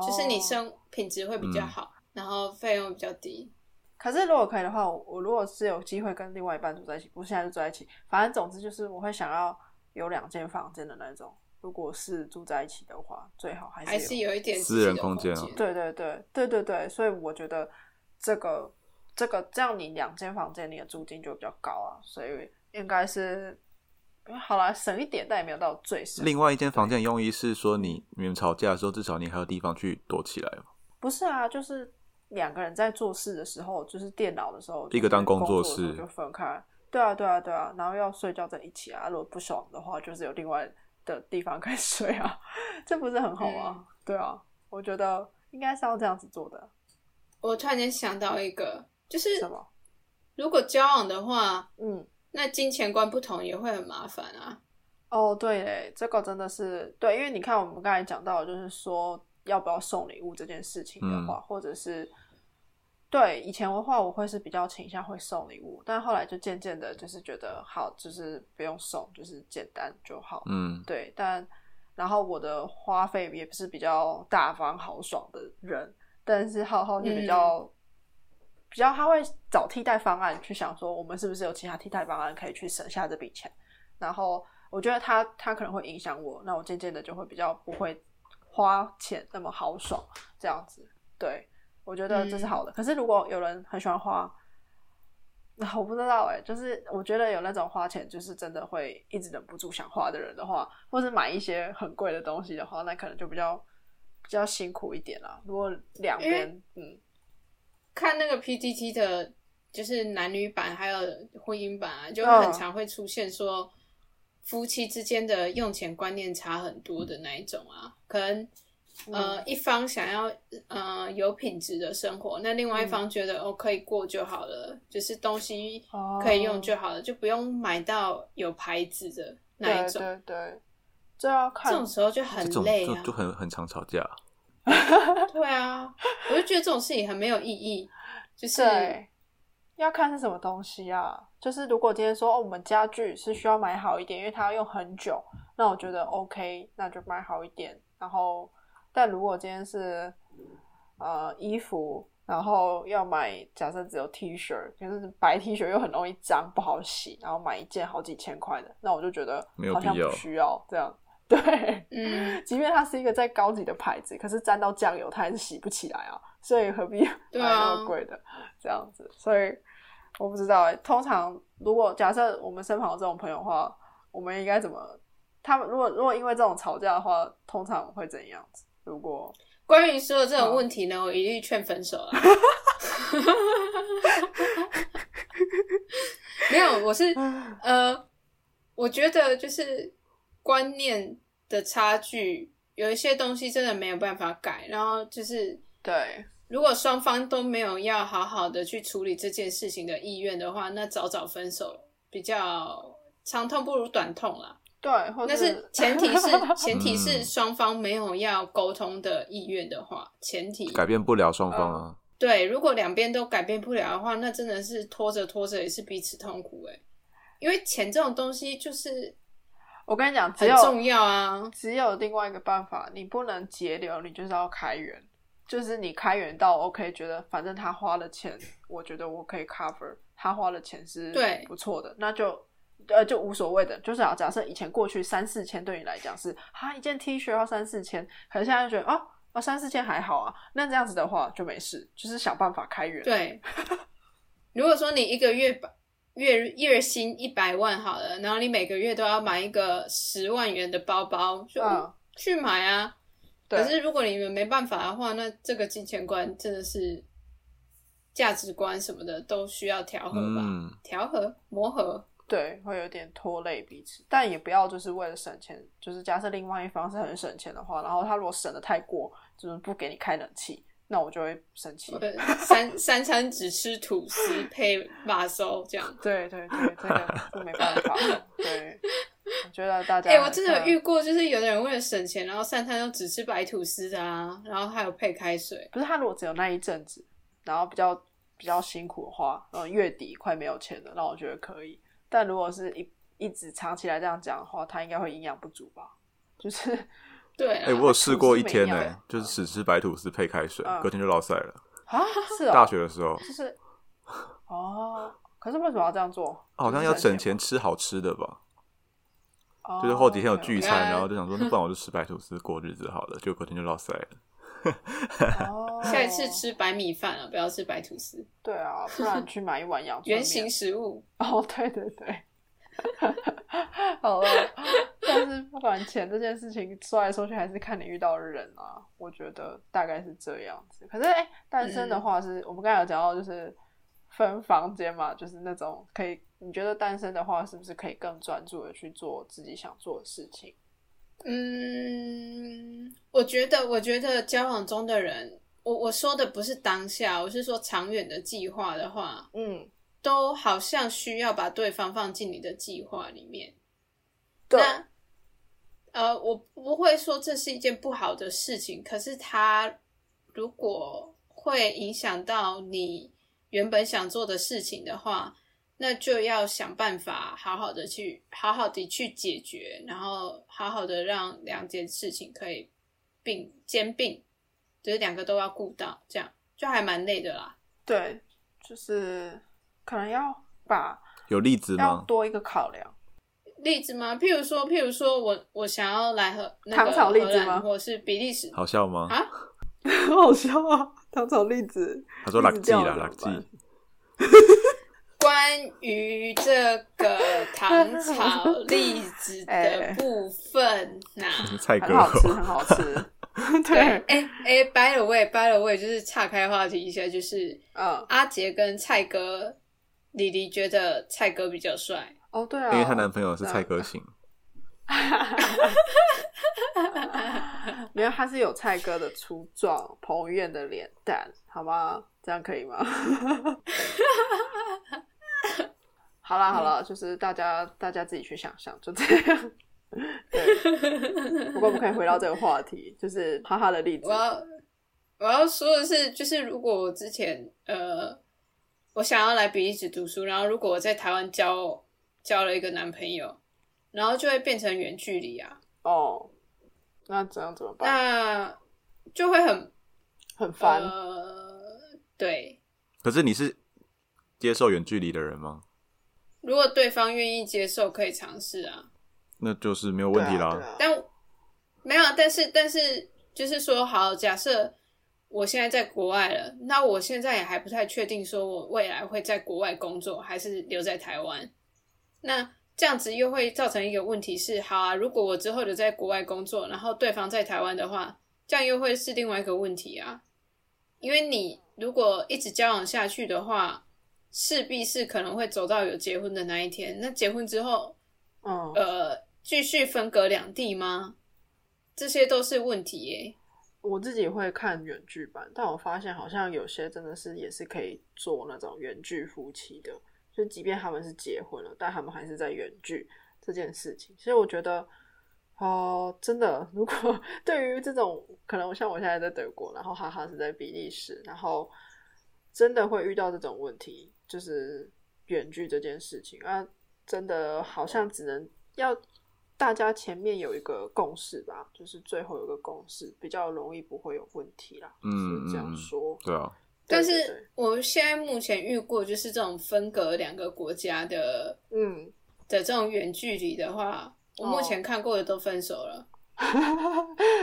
的，就是你
生。
生品质会比较
嗯
好，然后费用比较低。
可是如果可以的话，我我如果是有机会跟另外一半住在一起，不是现在就住在一起，反正总之就是我会想要有两间房间的那种。如果是住在一起的话，最好还是
还
有
是有一点
私
自己
人
的
空
空
间啊
对对对对对对，所以我觉得这个这个这样你两间房间你的租金就比较高啊，所以应该是嗯好啦，省一点，但也没有到最省。
另外一间房间的用意是说你你们吵架的时候，至少你还有地方去躲起来嘛。
不是啊，就是两个人在做事的时候，就是电脑的时候，
一个当
就是
工
工
作
的时候
室
就分开。对啊，对啊，对啊，然后要睡觉在一起啊。如果不爽的话，就是有另外的地方可以 睡啊，这不是很好吗？
嗯
对啊，我觉得应该是要这样子做的。
我突然间想到一个，就是
什么？
如果交往的话，
嗯，
那金钱观不同也会很麻烦啊。
哦，对嘞，这个真的是对，因为你看我们刚才讲到，就是说要不要送礼物这件事情的话，或者是对以前的话，我会是比较倾向会送礼物，但后来就渐渐的，就是觉得好，就是不用送，就是简单就好。
嗯，
对，但然后我的花费也不是比较大方豪爽的人，但是浩浩就比较、比较他会找替代方案去想说，我们是不是有其他替代方案可以去省下这笔钱。然后我觉得他他可能会影响我，那我渐渐的就会比较不会花钱那么豪爽这样子。对，我觉得这是好的。可是如果有人很喜欢花，那我不知道哎、就是我觉得有那种花钱就是真的会一直忍不住想花的人的话，或是买一些很贵的东西的话，那可能就比较比较辛苦一点啦。如果两边嗯
看那个 PTT 的，就是男女版还有婚姻版啊，就
嗯
很常会出现说夫妻之间的用钱观念差很多的那一种啊，可能。
嗯
呃，一方想要呃有品质的生活，那
嗯
另外一方觉得、哦可以过就好了，就是东西
哦
可以用就好了，就不用买到有牌子的那一
对
种。
对对，这要
这
看
种时候就很
这种
累
就
啊，
就很很常吵架。
对啊，我就觉得这种事情很没有意义，就是
对，要看是什么东西啊。就是如果今天说哦，我们家具是需要买好一点，因为它要用很久，那我觉得 OK，那就买好一点。然后，但如果今天是呃衣服，然后要买，假设只有 T 恤，可是白 T 恤又很容易脏，不好洗，然后买一件好几千块的，那我就觉得
没有
好像
必要
不需要这样。对，
嗯，
即便它是一个再高级的牌子，可是沾到酱油，它还是洗不起来啊，所以何必买
对啊
那么贵的、这样子？所以我不知道、欸，通常如果假设我们身旁有这种朋友的话，我们应该怎么？他们如果如果因为这种吵架的话，通常会怎样子？如果
关于所有这种问题呢，我一律劝分手啊。没有，我是呃，我觉得就是观念的差距，有一些东西真的没有办法改。然后就是，
对
如果双方都没有要好好的去处理这件事情的意愿的话，那早早分手比较长痛不如短痛啦。
对，或者
但是前提 是前提是
嗯
双方没有要沟通的意愿的话，前提
改变不了双方啊。
对，如果两边都改变不了的话，那真的是拖着拖着也是彼此痛苦哎、因为钱这种东西就是
我跟你讲，只
很
有
重要啊，
只有另外一个办法，你不能节流，你就是要开源。就是你开源到 OK，觉得反正他花了钱，我觉得我可以 cover，他花了钱是
对
不错的，那就呃就无所谓的。就是啊，假设以前过去三四千对你来讲是啊一件 T 恤要三四千，可是现在就觉得哦啊三四千还好啊，那这样子的话就没事，就是想办法开源。
对。如果说你一个月把月月薪一百万好了，然后你每个月都要买一个十万元的包包，就、
嗯
去买啊。
对
可是如果你们没办法的话，那这个金钱观真的是价值观什么的都需要调和
啊
吧，
嗯，
调和磨合。
对，会有点拖累彼此，但也不要就是为了省钱，就是假设另外一方是很省钱的话，然后他如果省的太过，就是不给你开冷气，那我就会生气
我。的三 三餐只吃吐司配马烧这样。
对对对，这 个是没办法的。对，我觉得大家，
哎、我真
啊
的有遇过，就是有的人为了省钱，然后三餐都只吃白吐司的啊，然后还有配开水。
不是他如果只有那一阵子，然后比较比较辛苦的话，嗯，月底快没有钱了，那我觉得可以。但如果是一一直长期来这样讲的话，他应该会营养不足吧？就是
对啊，
哎、我有试过一天
吐司
呢、
没有
就是只吃白吐司配开水，
嗯
隔天就落塞了。
啊，是哦，
大学的 时候，
就是哦，可是为什么要这样做？
好像要省钱吃好吃的吧，就是后几天有聚
哦
餐，
，OK
然后就想说，那不然我就吃白吐司过日子 好了，结果隔天就落塞了。
哦，
下一次吃白米饭啊，不要吃白吐司，
对啊，不然去买一碗洋
原
型
形食物。
哦，对对对，好了，但是不管钱这件事情说来说去还是看你遇到的人啊，我觉得大概是这样子。可是哎，单身
嗯
的话是、我们刚才有讲到，就是分房间嘛，就是那种可以，你觉得单身的话是不是可以更专注的去做自己想做的事情？
嗯，我觉得，我觉得交往中的人，我我说的不是当下，我是说长远的计划的话，
嗯，
都好像需要把对方放进你的计划里面。
对，
那呃，我不会说这是一件不好的事情，可是它如果会影响到你原本想做的事情的话，那就要想办法好好的去好好的去解决，然后好好的让两件事情可以并兼并，就是两个都要顾到，这样就还蛮累的啦。
对，就是可能要把
有例子
要
吗？
多一个考量。
例子吗？譬如说，譬如说我我想要来荷那个
糖炒栗
荷
子吗
兰或是比利时，
好笑吗？
啊
很好笑啊！当场例子，
他说
栗
垃
子
圾
掉
啦，
了
垃
怎么
圾。
关于这个糖炒栗子的部分呐、
蔡哥
很，好吃，很好 吃。
对，
对
哎，哎、b y the way，by the way，就是岔开话题一下，就是
嗯，
阿杰跟蔡哥，李黎觉得蔡哥比较帅，
哦对啊，
因为她男朋友是蔡
嗯
哥型，
没有，他是有蔡哥的粗壮、彭于晏的脸蛋，好吗？这样可以吗？ 好啦好啦，就是大家大家自己去想象，就这样。对，不过我们可以回到这个话题，就是哈哈的例子
我。要我要说的是，就是如果我之前呃，我想要来比利时读书，然后如果我在台湾交交了一个男朋友，然后就会变成远距离啊，
哦，那这样怎么办？
那就会很
很烦。
呃，对，
可是你是接受远距离的人吗？
如果对方愿意接受，可以尝试啊。
那就是没有问题
对啊
啦。
对啊
但没有啊，但是但是就是说，好，假设我现在在国外了，那我现在也还不太确定，说我未来会在国外工作还是留在台湾。那这样子又会造成一个问题是，好啊，如果我之后留在国外工作，然后对方在台湾的话，这样又会是另外一个问题啊。因为你如果一直交往下去的话，势必是可能会走到有结婚的那一天。那结婚之后，
嗯，
呃，继续分隔两地吗？这些都是问题耶、
我自己会看远距版，但我发现好像有些真的是也是可以做那种远距夫妻的，就即便他们是结婚了，但他们还是在远距这件事情。所以我觉得，哦，真的，如果 对于这种可能，像我现在在德国，然后哈哈是在比利时，然后真的会遇到这种问题，就是远距这件事情啊，真的好像只能要大家前面有一个共识吧，就是最后有个共识，比较容易不会有问题啦。
嗯
是这
嗯
样
嗯
说。
对啊，
但
对对对
是我现在目前遇过，就是这种分隔两个国家的
嗯，
的这种远距离的话，我目
哦
前看过的都分手了。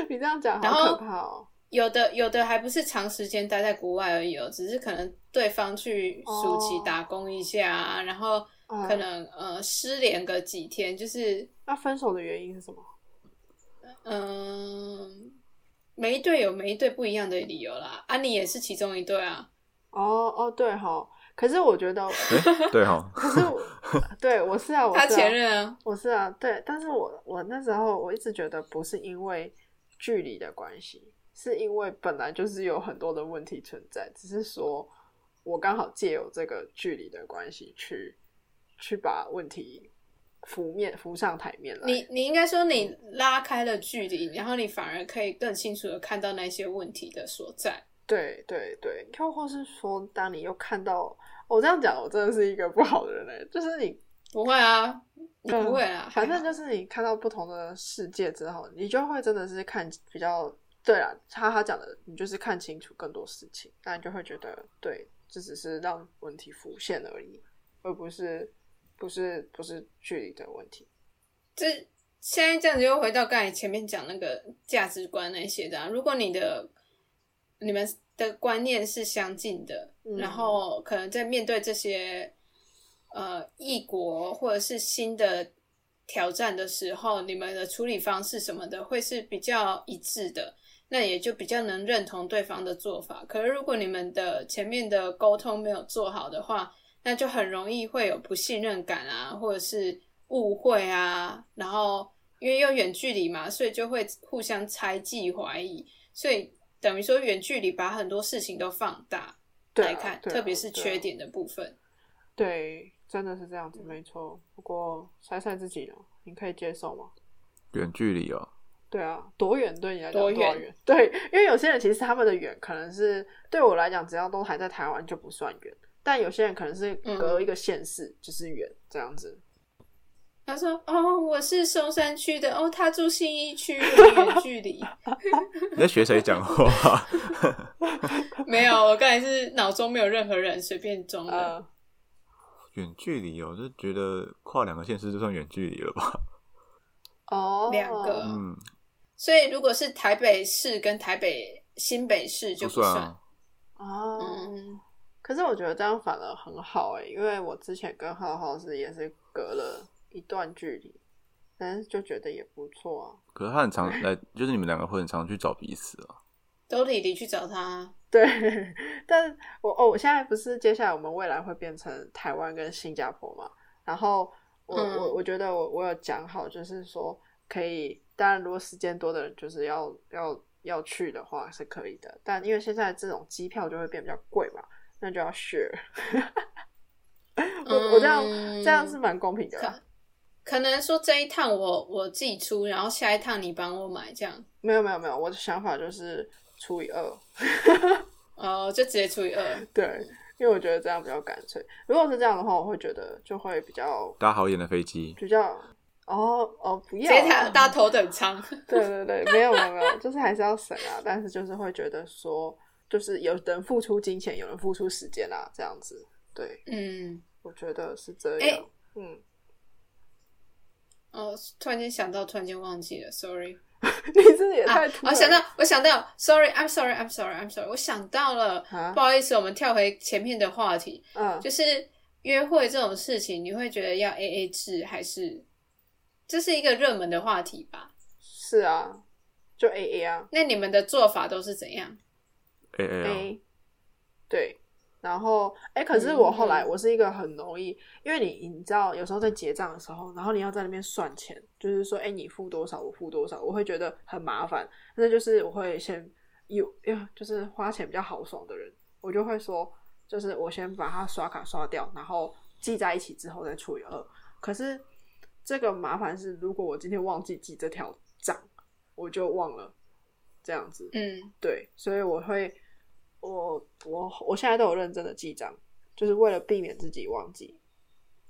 你这样讲
然
好
后
可怕哦。
有的有的还不是长时间待在国外而已哦，只是可能对方去暑期
哦
打工一下啊，然后
嗯
可能呃失联个几天，就是
那分手的原因是什么？
嗯，每一对有每一对不一样的理由啦，啊，你也是其中一对啊，
哦哦，对哈。可是我觉得，
哎， 对哈，
可是我对我是啊，我是、啊、
他前任啊，
我是啊，对，但是我我那时候我一直觉得不是因为距离的关系，是因为本来就是有很多的问题存在，只是说我刚好借由这个距离的关系去去把问题浮面浮上台面来。
你你应该说你拉开了距离，然后你反而可以更清楚的看到那些问题的所在。
对对对，又或是说，当你又看到哦我、这样讲，我真的是一个不好的人嘞、欸就是你
不会啊，你
嗯
不会啦，
反正
还好
就是你看到不同的世界之后，你就会真的是看比较对啊，他他讲的，你就是看清楚更多事情，那你就会觉得对，这只是让问题浮现而已，而不是不是不是距离的问题。
这现在这样子又回到刚才前面讲那个价值观那些的、啊，如果你的你们的观念是相近的，
嗯
然后可能在面对这些呃异国或者是新的挑战的时候，你们的处理方式什么的会是比较一致的。那也就比较能认同对方的做法。可是如果你们的前面的沟通没有做好的话，那就很容易会有不信任感啊，或者是误会啊，然后因为又远距离嘛，所以就会互相猜忌、怀疑，所以等于说远距离把很多事情都放大
对啊、
来看，
对啊
特别是
对啊
缺点的部分。
对，真的是这样子，没错。不过晒晒自己呢，你可以接受吗？
远距离哦，
对啊，多远对你来讲
多
多少
远
远？对，因为有些人其实他们的远可能是对我来讲，只要都还在台湾就不算远，但有些人可能是
嗯
隔一个县市就是远这样子。
他说：“哦，我是松山区的，哦，他住信义区，我们远 距离。
你在学谁讲话？
没有，我刚才是脑中没有任何人，随便装的。
呃，
远距离哦，就觉得跨两个县市就算远距离了吧？
哦，
两个
嗯，
所以如果是台北市跟台北新北市就
不
不
算啊。
哦。
嗯，
可是我觉得这样反而很好哎、因为我之前跟浩浩是也是隔了一段距离，但是就觉得也不错啊。
可是他很常来，就是你们两个会很常去找彼此啊。
都弟弟去找他。啊
对，但我哦，我现在不是接下来我们未来会变成台湾跟新加坡嘛？然后我、
嗯
我我觉得我我有讲好，就是说可以，当然如果时间多的人就是要要要去的话是可以的，但因为现在这种机票就会变比较贵嘛，那就要 share。我 我这样、
嗯
这样是蛮公平的啦
可。可能说这一趟我我自己出，然后下一趟你帮我买这样，
没有没有没有，我的想法就是除以二。
哦，就直接除以
啊
二。
对，因为我觉得这样比较干脆。如果是这样的话，我会觉得就会比较
搭好一点的飞机，
比较哦哦，不
直
要
接搭
啊、
搭头等舱，
对对对，没有没有没有，就是还是要省啊，但是就是会觉得说，就是有人付出金钱，有人付出时间啊，这样子。对，
嗯，
我觉得是这
哎
样。嗯，
哦，突然间想到，突然间忘记了，sorry。
你这也
啊
太突！
我
然
想
了、
到，我想到，sorry，I'm sorry，I'm sorry，I'm sorry，我想到了
啊，
不好意思，我们跳回前面的话题，
嗯，
就是约会这种事情，你会觉得要 A A 制还是？这是一个热门的话题吧？
是啊，就 A A 啊
那你们的做法都是怎样？
哎哎，
，A，对。然后，哎，可是我后来
嗯
我是一个很容易，因为你你知道，有时候在结账的时候，然后你要在那边算钱，就是说，哎，你付多少，我付多少，我会觉得很麻烦。那就是我会先有呀，就是花钱比较豪爽的人，我就会说，就是我先把它刷卡刷掉，然后记在一起之后再除以二。可是这个麻烦是，如果我今天忘记记这条账，我就忘了这样子。
嗯，
对，所以我会，我我我现在都有认真的记账，就是为了避免自己忘记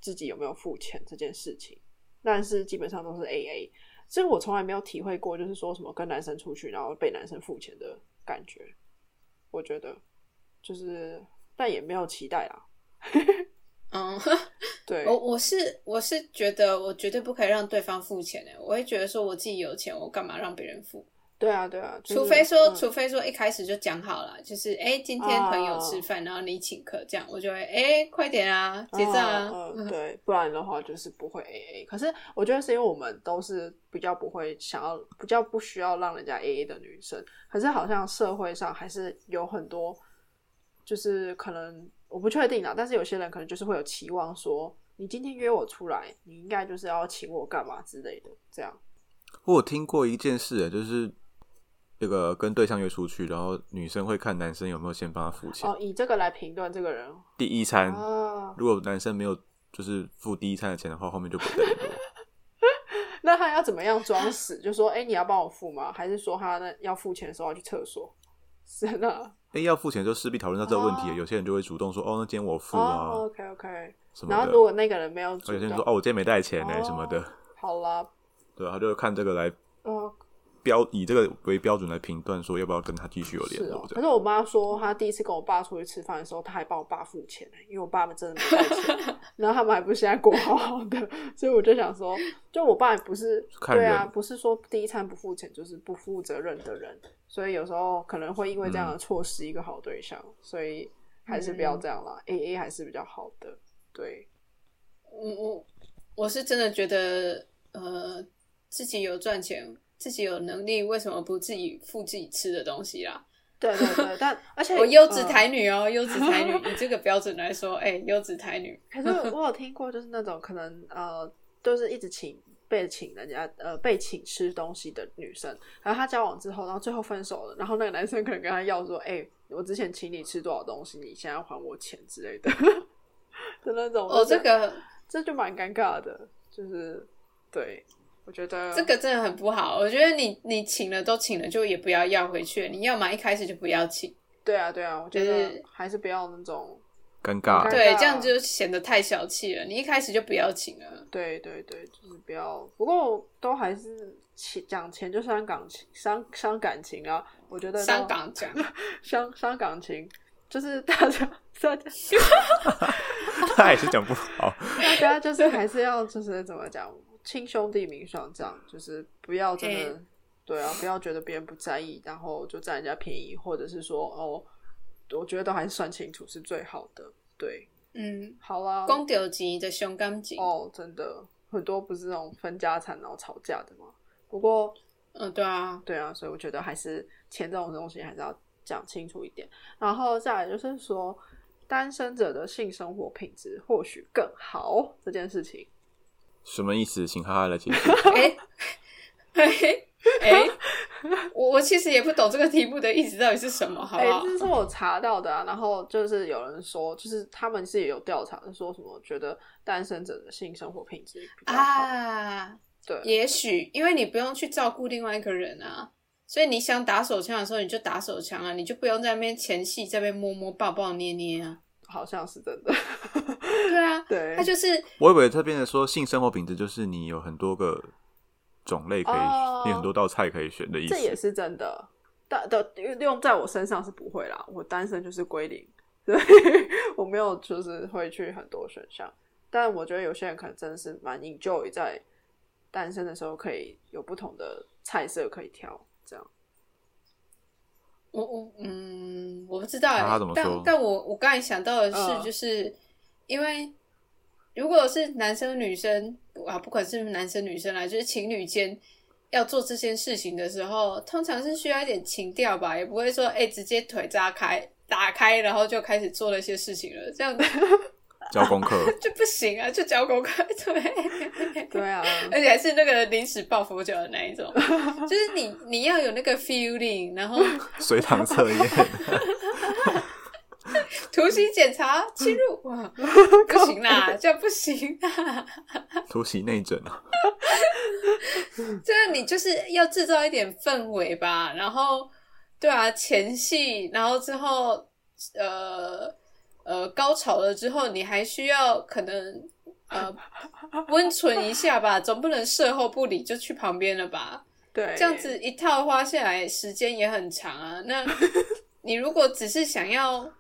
自己有没有付钱这件事情。但是基本上都是 A A，这我从来没有体会过，就是说什么跟男生出去然后被男生付钱的感觉。我觉得就是，但也没有期待啦。
嗯，
对，
我我是我是觉得我绝对不可以让对方付钱的，我会觉得说我自己有钱，我干嘛让别人付？
对啊，对啊，就是
除非说，
嗯
除非说一开始就讲好了，就是哎、诶今天
啊
朋友吃饭，然后你请客，这样我就会哎、诶快点啊，结账啊，
嗯嗯
嗯
对，不然的话就是不会 A A。可是我觉得是因为我们都是比较不会想要，比较不需要让人家 A A 的女生。可是好像社会上还是有很多，就是可能我不确定啊，但是有些人可能就是会有期望说，你今天约我出来，你应该就是要请我干嘛之类的，这样。
我有听过一件事，欸就是那个跟对象约出去，然后女生会看男生有没有先帮他付钱。
哦，以这个来评断这个人
第一
嗯
餐，
啊，
如果男生没有就是付第一餐的钱的话，后面就不等了。
那他要怎么样装死？就说，哎、你要帮我付吗？还是说他呢要付钱的时候要去厕所？是的。
哎、要付钱就势必讨论到这个问题了。
哦
有些人就会主动说：“哦，那今天我付啊，
哦，OK OK。
什么的。”
然后如果那个人没有主
有些人
动
说：“，哦，我今天没带钱呢、
哦
什么的。
好啦，”
对，啊他就会看这个来
呃，
标，以这个为标准来评断，说要不要跟他继续有联
是
络
哦。
这
可
样。
是我妈说，她第一次跟我爸出去吃饭的时候，她还帮我爸付钱呢、因为我爸们真的没带钱， 然后他们还不是现在过好好的，所以我就想说，就我爸也不是
看
对啊，
人
不是说第一餐不付钱就是不负责任的人，所以有时候可能会因为这样的错失一个好对象，所以还是不
嗯
要这样啦、a A 还是比较好的，对。
我嗯我我是真的觉得，呃，自己有赚钱，自己有能力，为什么不自己付自己吃的东西啦？
对对对， 但而且
我优质
嗯
台女哦，优质台女，以这个标准来说，哎、优质台女，
可是我有听过，就是那种可能呃，就是一直请被请人家呃被请吃东西的女生，然后她交往之后，然后最后分手了，然后那个男生可能跟她要说，哎、我之前请你吃多少东西，你现在要还我钱之类的的那种。
哦，这个
这就蛮尴尬的，就是对，我觉得
这个真的很不好。我觉得你你请了都请了，就也不要要回去，你要嘛一开始就不要请，
对啊对啊，我觉
就
得
是
还是不要那种
尴
尴
尬，
尬
对，这样就显得太小气了。你一开始就不要请了，
对对对，就是不要。不过都还是钱讲钱就伤感情，伤伤感情啊。我觉得
伤
到
感讲，
伤伤感情，就是大家大家
他也是讲不好。
大家就是还是要就是怎么讲，亲兄弟明算账，就是不要真的、
哎
对啊，不要觉得别人不在意，然后就占人家便宜，或者是说哦，我觉得都还是算清楚是最好的。对，
嗯，
好啦，
公丢级的胸感情，
哦，真的很多不是那种分家产然后吵架的嘛。不过
嗯，对啊，
对啊，所以我觉得还是钱这种东西还是要讲清楚一点。然后再来就是说，单身者的性生活品质或许更好这件事情。
什么意思？请哈哈来解释。
哎、哎哎，我我其实也不懂这个题目的意思到底是什么，好啊
哎、
不好？
这是我查到的啊。然后就是有人说，就是他们是有调查，说什么觉得单身者的性生活品质比较好。
啊，
对，
也许因为你不用去照顾另外一个人啊，所以你想打手枪的时候你就打手枪啊，你就不用在那边前戏在那边摸摸抱抱捏捏啊。
好像是真的。
对啊，
对，
哎
他就是
我以为这边的说性生活品质就是你有很多个种类可以，
哦
你有很多道菜可以选的意思
这。也是真的。但的用在我身上是不会啦，我单身就是归零，所以 我没有就是会去很多选项。但我觉得有些人可能真的是蛮 enjoy 在单身的时候可以有不同的菜色可以挑，这样。
我我嗯，我不知道、欸，
他怎么
但
说
但我我刚才想到的
嗯
是，就是、因为如果是男生女生啊，不管是男生女生啦，就是情侣间要做这件事情的时候，通常是需要一点情调吧，也不会说哎、欸直接腿扎开打开，然后就开始做那些事情了，这样
交功课，
就不行啊，就交功课 对。
对啊，
而且还是那个临时抱佛脚的那一种，就是你你要有那个 feeling，然后
随堂测验。
图形检查侵入，哇，不行啦，这样不行啊啦，
突袭内诊啊，
这个你就是要制造一点氛围吧，然后对啊，前戏，然后之后呃呃高潮了之后，你还需要可能呃温存一下吧，总不能事后不理就去旁边了吧？
对，
这样子一套花下来，时间也很长啊。那你如果只是想要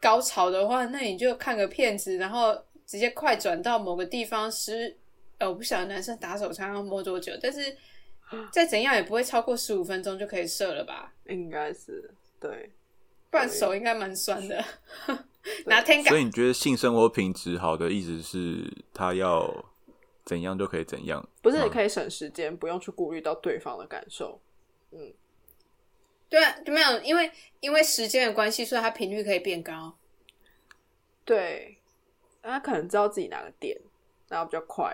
高潮的话，那你就看个片子，然后直接快转到某个地方十，呃，我不晓得男生打手枪要摸多久，但是再怎样也不会超过十五分钟就可以射了吧？
应该是对。
不然
对
手应该蛮酸的。 拿 t e n g
所
a
以你觉得性生活品质好的意思是他要怎样就可以怎样？
不是也
以
可以省时间，不用去顾虑到对方的感受。
对啊，没有，因为因为时间的关系，所以它频率可以变高。
对，他可能知道自己哪个点，然后比较快，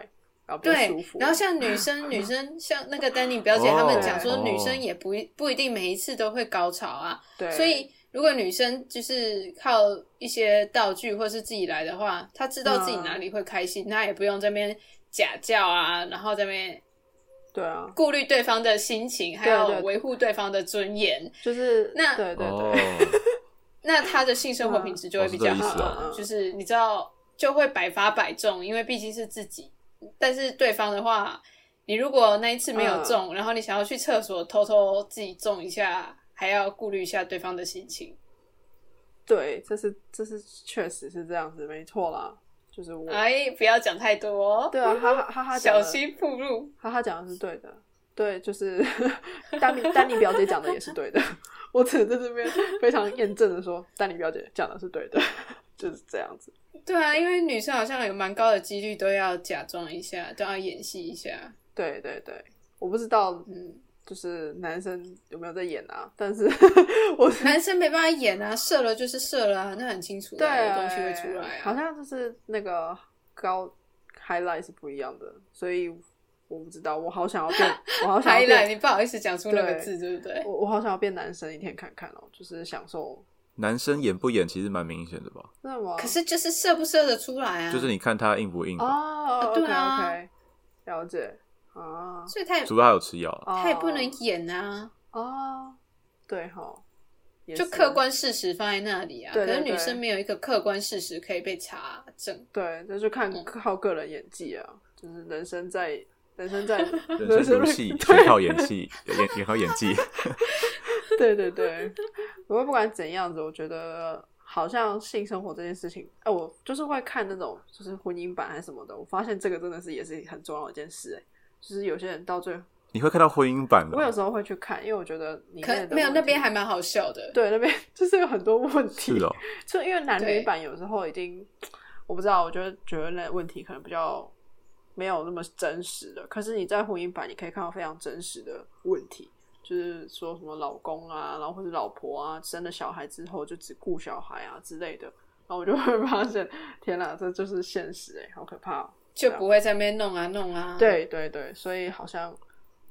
然后比较舒
对
服，，
然后像女生，女生像那个丹尼表姐
哦
他们讲说，
对
女生也不不一定每一次都会高潮啊，
对，
所以如果女生就是靠一些道具或是自己来的话，她知道
嗯
自己哪里会开心，她也不用这边假叫啊，然后这边
对啊，
顾虑对方的心情，还
对
有
对
维护对方的尊严，
就是
那
对对
哦
对，，
那她的性
啊
生活品质就会比较
哦是这意
好，
思哦
嗯就是你知道就会百发百中，因为毕竟是自己，但是对方的话，你如果那一次没
嗯
有中，然后你想要去厕所偷偷自己中一下，还要顾虑一下对方的心情。
对，这是这是确实是这样子，没错啦，就是我，
哎，不要讲太多、哦。
对啊，哈哈哈哈讲
小
的，
心铺路。
哈哈讲的是对的，对，就是 丹尼丹尼表姐讲的也是对的，我只能在这边非常验证的说，丹尼表姐讲的是对的，就是这样子，
对啊，因为女生好像有蛮高的几率都要假装一下，都要演戏一下。
对对对，我不知道
嗯，
就是男生有没有在演啊，但是
男生没办法演啊，射了就是射了啊，那很清楚的、
对哎
有东西会出来啊。
好像就是那个高 highlight 是不一样的，所以我不知道，我好想要变，我好想
海
要
来，
变，
你不好意思讲出那个
对
字，对不 对？
我我好想要变男生一天看看哦，就是享受
男生演不演其实蛮明显的吧，
那么
可是就是射不射得出来啊，
就是你看他硬不硬吧，
哦，
对啊
o k 了解啊，
所以他也
除非他有吃药啊。
哦
他也不能演啊，
哦，对哈，也
就是客观事实放在那里啊。
对对
可是女
对
生没有一个客观事实可以被查证。
对，那就
嗯
看靠个人演技啊，就是人生在人生 在
人生如 戏，全
对
靠演戏，演也靠演技。
对对对，不过不管怎样子，我觉得好像性生活这件事情，哎、我就是会看那种就是婚姻版还是什么的，我发现这个真的是也是很重要的一件事、哎，就是有些人到最后，
你会看到婚姻版的
我有
吗，
时候会去看，因为我觉得里
可
面的
没有，
问
那
题
边还蛮好笑的。
对那边 就是有很多问题，
是哦，
就因为男
对
女版有时候已经，我不知道，我觉得觉得那问题可能比较没有那么真实的。可是你在婚姻版，你可以看到非常真实的问题，就是说什么老公啊，然后或者老婆啊，生了小孩之后就只顾小孩啊之类的。然后我就会发现，天哪，这就是现实哎、好可怕、哦！
就不会在那边弄啊弄啊。，
对对对，所以好像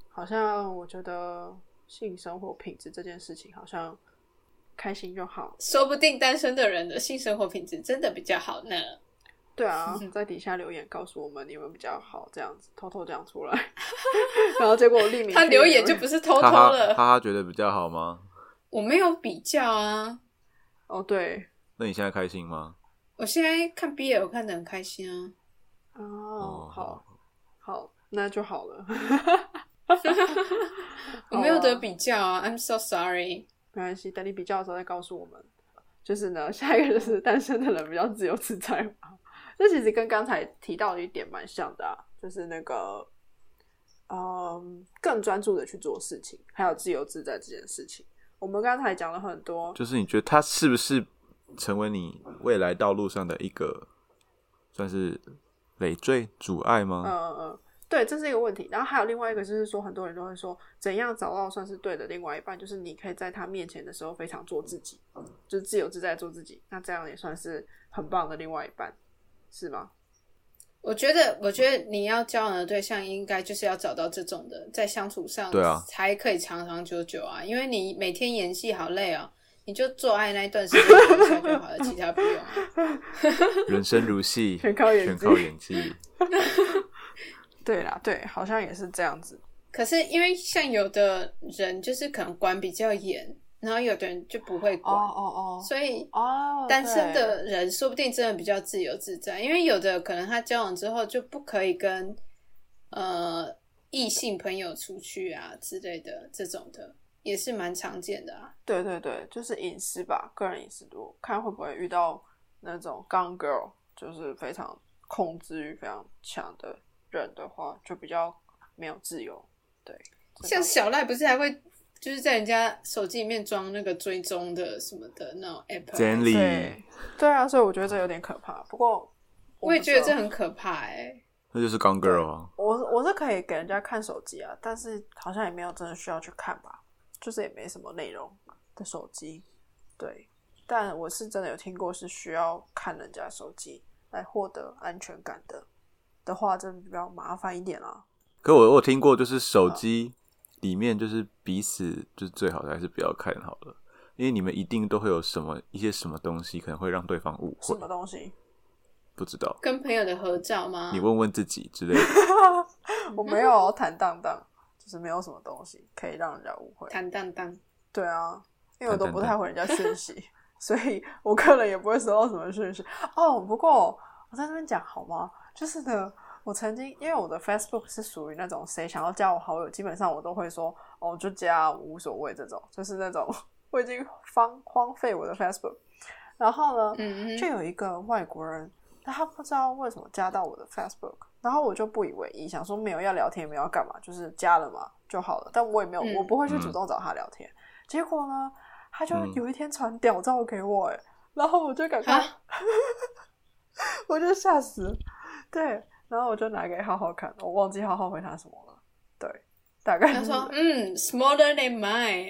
好像我觉得性生活品质这件事情，好像开心就好，
说不定单身的人的性生活品质真的比较好呢。
对 啊，在底下留言告诉我们你们比较好，这样子偷偷讲出来， 然后结果立明
他留言就不是偷偷
哈哈哈
了，
哈觉得比较好吗？
我没有比较啊。
哦，对
那你现在开心吗？
我现在看 BL 看得很开心啊，
哦，好好，那就好了，
我没有
好啊
得比较啊，I'm so sorry。
没关系，等你比较的时候再告诉我们。就是呢， 下一个就是单身的人比较自由自在嘛，这其实跟刚才提到的一点蛮像的啊，就是那个嗯，更专注的去做事情，还有自由自在这件事情。我们刚才讲了很多，
就是你觉得他是不是成为你未来道路上的一个算是累赘阻碍吗？
嗯嗯嗯，对，这是一个问题。然后还有另外一个就是说，很多人都会说，怎样找到算是对的另外一半，就是你可以在他面前的时候非常做自己，就是自由自在做自己，那这样也算是很棒的另外一半，是吗？
我觉得，我觉得你要交往的对象应该就是要找到这种的，在相处上
对啊
才可以长长久久啊。因为你每天演戏好累哦，你就做爱那一段时间演一下就好了，其他不用啊。
人生如戏，
全靠演技
嗯 全靠演技。
对啦，对，好像也是这样子。
可是因为像有的人就是可能管比较严，然后有的人就不会管，
哦
所以
哦
单身的人说不定真的比较自由自在，因为有的可能他交往之后就不可以跟呃异性朋友出去啊之类的这种的，也是蛮常见的啊。
对对对，就是隐私吧，个人隐私多，看会不会遇到那种 gun girl，就是非常控制欲非常强的人的话，就比较没有自由。对，这
像
种
小赖不是还会就是在人家手机里面装那个追踪的什么的那种 app，啊
Zenly
对对啊，所以我觉得这有点可怕。不过
我也
不
觉得
知
这
道
很可怕哎、
那就是刚 girl 啊，
我是我是可以给人家看手机啊，但是好像也没有真的需要去看吧，就是也没什么内容的手机。对，但我是真的有听过是需要看人家手机来获得安全感的，的话真的比较麻烦一点啦。
可我我有听过，就是手
嗯
机里面就是彼此就是最好的还是不要看好了，因为你们一定都会有什么一些什么东西可能会让对方误
什
会
么，东西？
不知道。
跟朋友的合照吗？
你问问自己 之类的，
我没有坦荡荡，就是没有什么东西可以让人家误会。
坦荡荡，
对啊，因为我都
坦荡
不
荡
太回人家讯息， 所以我个人也不会收到什么讯息。哦，不过我在这边讲好吗？就是呢，我曾经因为我的 Facebook 是属于那种谁想要加我好友，基本上我都会说哦就加无所谓这种，就是那种 我已经荒荒废我的 Facebook。然后呢，
嗯
就
嗯，
有一个外国人，那他不知道为什么加到我的 Facebook，然后我就不以为意，想说没有要聊天，没有要干嘛，就是加了嘛就好了。但我也没有，
嗯
我不会去主动找他聊天。结果呢，他就
嗯
有一天传屌照给我、哎、然后我就赶快
啊，
我就吓死了，对，然后我就拿给浩浩看，我忘记浩浩回答什么了，对，大概
他
是
说嗯，smaller than mine，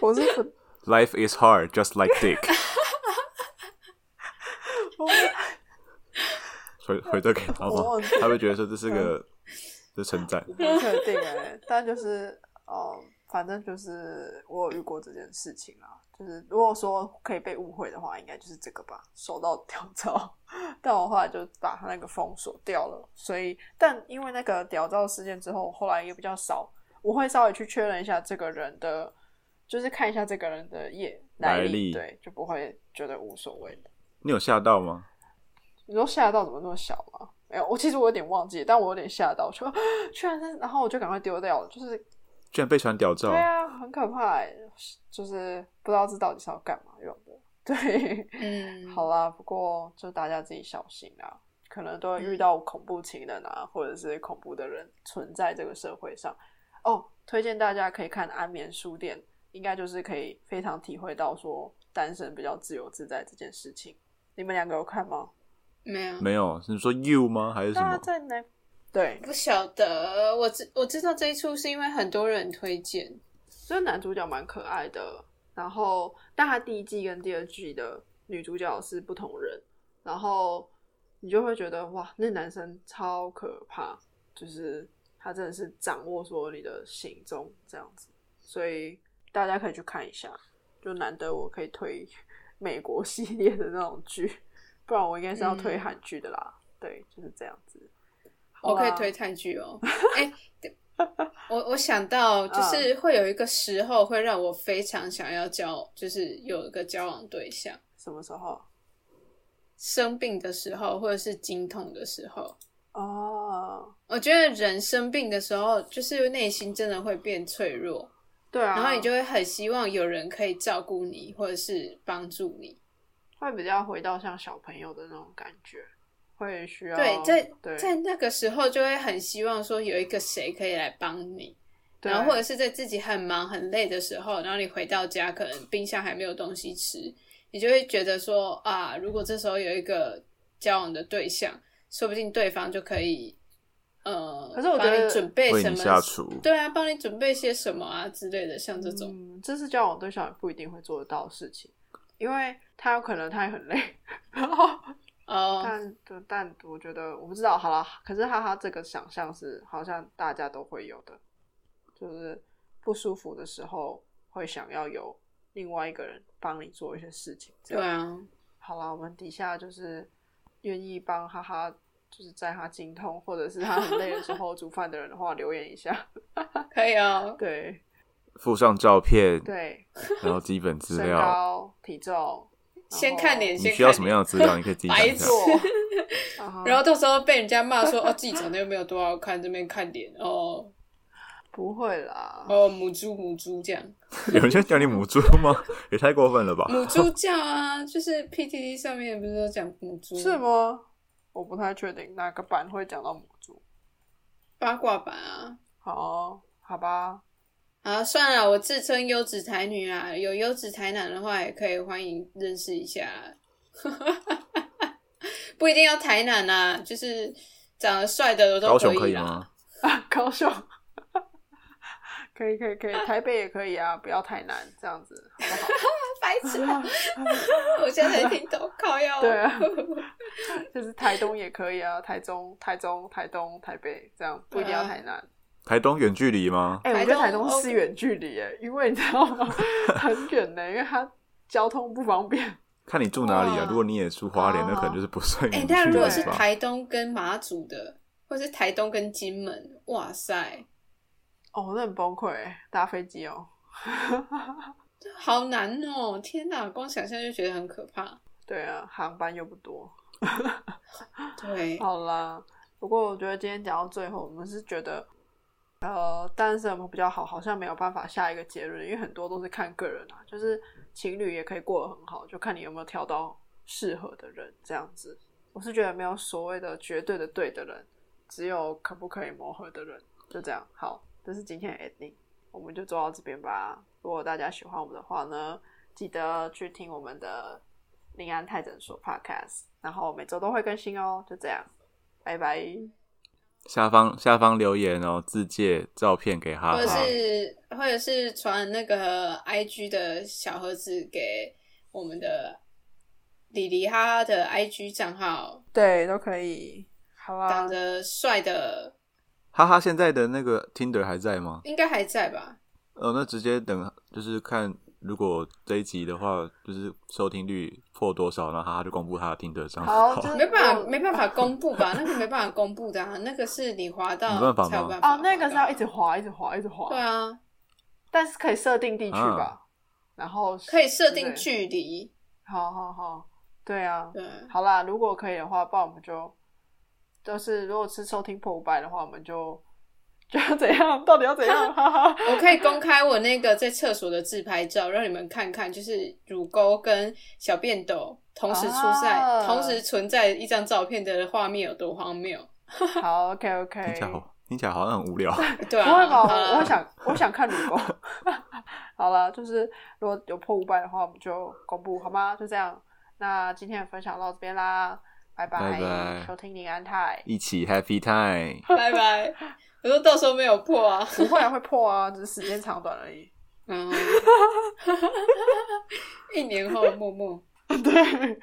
我是不
Life is hard, just like dick。
我
回回这给他吗
我忘记？嗯
他会觉得说这是个这是称赞。
不确定哎、但就是哦、反正就是我有遇过这件事情啊。就是如果说可以被误会的话，应该就是这个吧，收到屌照。但我后来就把他那个封锁掉了。所以，但因为那个屌照事件之后，我后来也比较少，我会稍微去确认一下这个人的，就是看一下这个人的业
来
历，
历
对，就不会觉得无所谓了。
你有吓到吗？
你说吓到怎么那么小吗？没有，我其实我有点忘记，但我有点吓到，说 居然是，然后我就赶快丢掉了，就是
居然被传屌照
对，啊，很可怕欸，就是不知道这到底是要干嘛用的。 对，
嗯，
好啦，不过就大家自己小心啦，可能都会遇到恐怖情人啊，或者是恐怖的人存在这个社会上。哦，推荐大家可以看《安眠书店》，应该就是可以非常体会到说单身比较自由自在这件事情。你们两个有看吗？
没有，
没有？是说 you 吗？还是什
大家
么？
在哪？对，
不晓得，我知我知道这一出是因为很多人推荐，
就是男主角蛮可爱的，然后但他第一季跟第二季的女主角是不同人，然后你就会觉得哇，那男生超可怕，就是他真的是掌握所有你的行踪这样子，所以大家可以去看一下，就难得我可以推美国系列的那种剧，不然我应该是要推
嗯
韩剧的啦，对，就是这样子。好
我可以
啦
推泰剧 哦。哎、我我想到就是会有一个时候会让我非常想要交，就是有一个交往对象，
什么时候？
生病的时候或者是经痛的时候。
哦，
我觉得人生病的时候，就是内心真的会变脆弱，
对啊，
然后你就会很希望有人可以照顾你，或者是帮助你。
会比较回到像小朋友的那种感觉，会需要
对，在
对
在那个时候就会很希望说有一个谁可以来帮你，
对
然后或者是在自己很忙很累的时候，然后你回到家，可能冰箱还没有东西吃，你就会觉得说啊，如果这时候有一个交往的对象，说不定对方就可以呃，
可是我觉得
帮你准备
为
什
你下
么，
厨，
对啊，帮你准备些什么啊之类的，像这种，
嗯，这是交往对象也不一定会做得到的事情，因为他有可能他也很累， 然后嗯
哦、
但但我觉得我不知道，好了，可是哈哈，这个想象是好像大家都会有的，就是不舒服的时候会想要有另外一个人帮你做一些事情，这
对
样
啊，
好啦，我们底下就是愿意帮哈哈，就是在他精通或者是他很累的时候 煮饭的人的话，留言一下。
可以哦，
对
附上照 片，
对，
然后基本资
身
料。
高、体重，
先看脸，
脸，
你
先
需要
看
什么
脸
样的资料？你可以自己想一
白
下
做。
然后
然后到时候被人家骂说哦，自己长得又没有多好看，这边看脸哦
不会啦，
哦，母猪母猪这样，
有人叫你母猪 吗？也太过分了吧！
母猪叫啊， 就是 PTT 上面不是都讲母猪
是？吗？我不太确定哪个版会讲到母猪。
八卦版啊，
好哦，好吧，
啊算了，我自称优质台女啊，有优质台男的话也可以欢迎认识一下， 不一定要台男啊，就是长得帅的我都
高雄
可
可以
啦。
吗？
啊，高手。 可以可以可以，台北也可以啊，不要太难，这样子好不好？
白痴啊！ 我现在才听懂，靠要
对啊 就是台东也可以啊，台中、台中、台东、台北这样，不一定要台南。
台东远距离吗？
啊哎、
台
我觉得
东
台东
OK
是远距离耶，因为你知道 吗？很远呢，因为它交通不方便。
看你住哪里啊
哇。
如果你也住花莲，那可能就是不算
呃哎、
远距
但
离
如
吧
果是。台东跟马祖的，或是台东跟金门，哇塞，
哦，那很崩溃耶，搭飞机哦。
这好难哦！天哪，光想象就觉得很可怕。
对啊，航班又不多。
对，
好啦，不过我觉得今天讲到最后，我们是觉得，呃，单身有没有比较好，好像没有办法下一个结论，因为很多都是看个人啊，就是情侣也可以过得很好，就看你有没有挑到适合的人这样子。我是觉得没有所谓的绝对的对的人，只有可不可以磨合的人，就这样。好，这是今天的 ending，我们就做到这边吧。如果大家喜欢我们的话呢，记得去听我们的《临安泰诊所》Podcast，然后每周都会更新哦。就这样，拜拜。
下方下方留言哦，自介照片给哈
或者
哈。
是或者是传那个 IG 的小盒子给我们的李黎哈哈的 IG 账号，
对，都可以。好
长
啊，
得帅的
哈哈，现在的那个 Tinder 还在吗？
应该还在吧？
呃，那直接等，就是看如果这一集的话，就是收听率破多少，然后哈哈就公布他的 Tinder 账号。
好，就是
没办法，
我
没办法公布吧？那个没办法公布的、啊，那个是你滑到
没办法吗
才有办法
哦，那个是要一
滑
直滑，一直滑，一直
到
滑。
对，啊，
但是可以设定地区
嗯
吧，然后
可以设定
对
距离，
好好好，对啊，
对，
好啦，如果可以的话，不然我们就就是如果是收听破五百的话，我们就就要怎样？ 到底要怎样？哈哈。
我可以公开我那个在厕所的自拍照，让你们看看，就是乳沟跟小便斗同时出在、
啊
同时存在一张照片的画面有多荒谬，
好，OK OK。
听起来好，听起来好像很无 聊。
对啊，
不会吧？
好啦
我我想我想看乳沟。 好了，就是如果有破五百的话，我们就公布好吗？就这样。那今天的分享到这边啦，拜拜，
拜拜
收听林安泰。
一起 Happy Time。
拜拜。我说到时候没有破啊，
不会啊，会破啊，只是时间长短而已。
嗯，一年后默默。
对。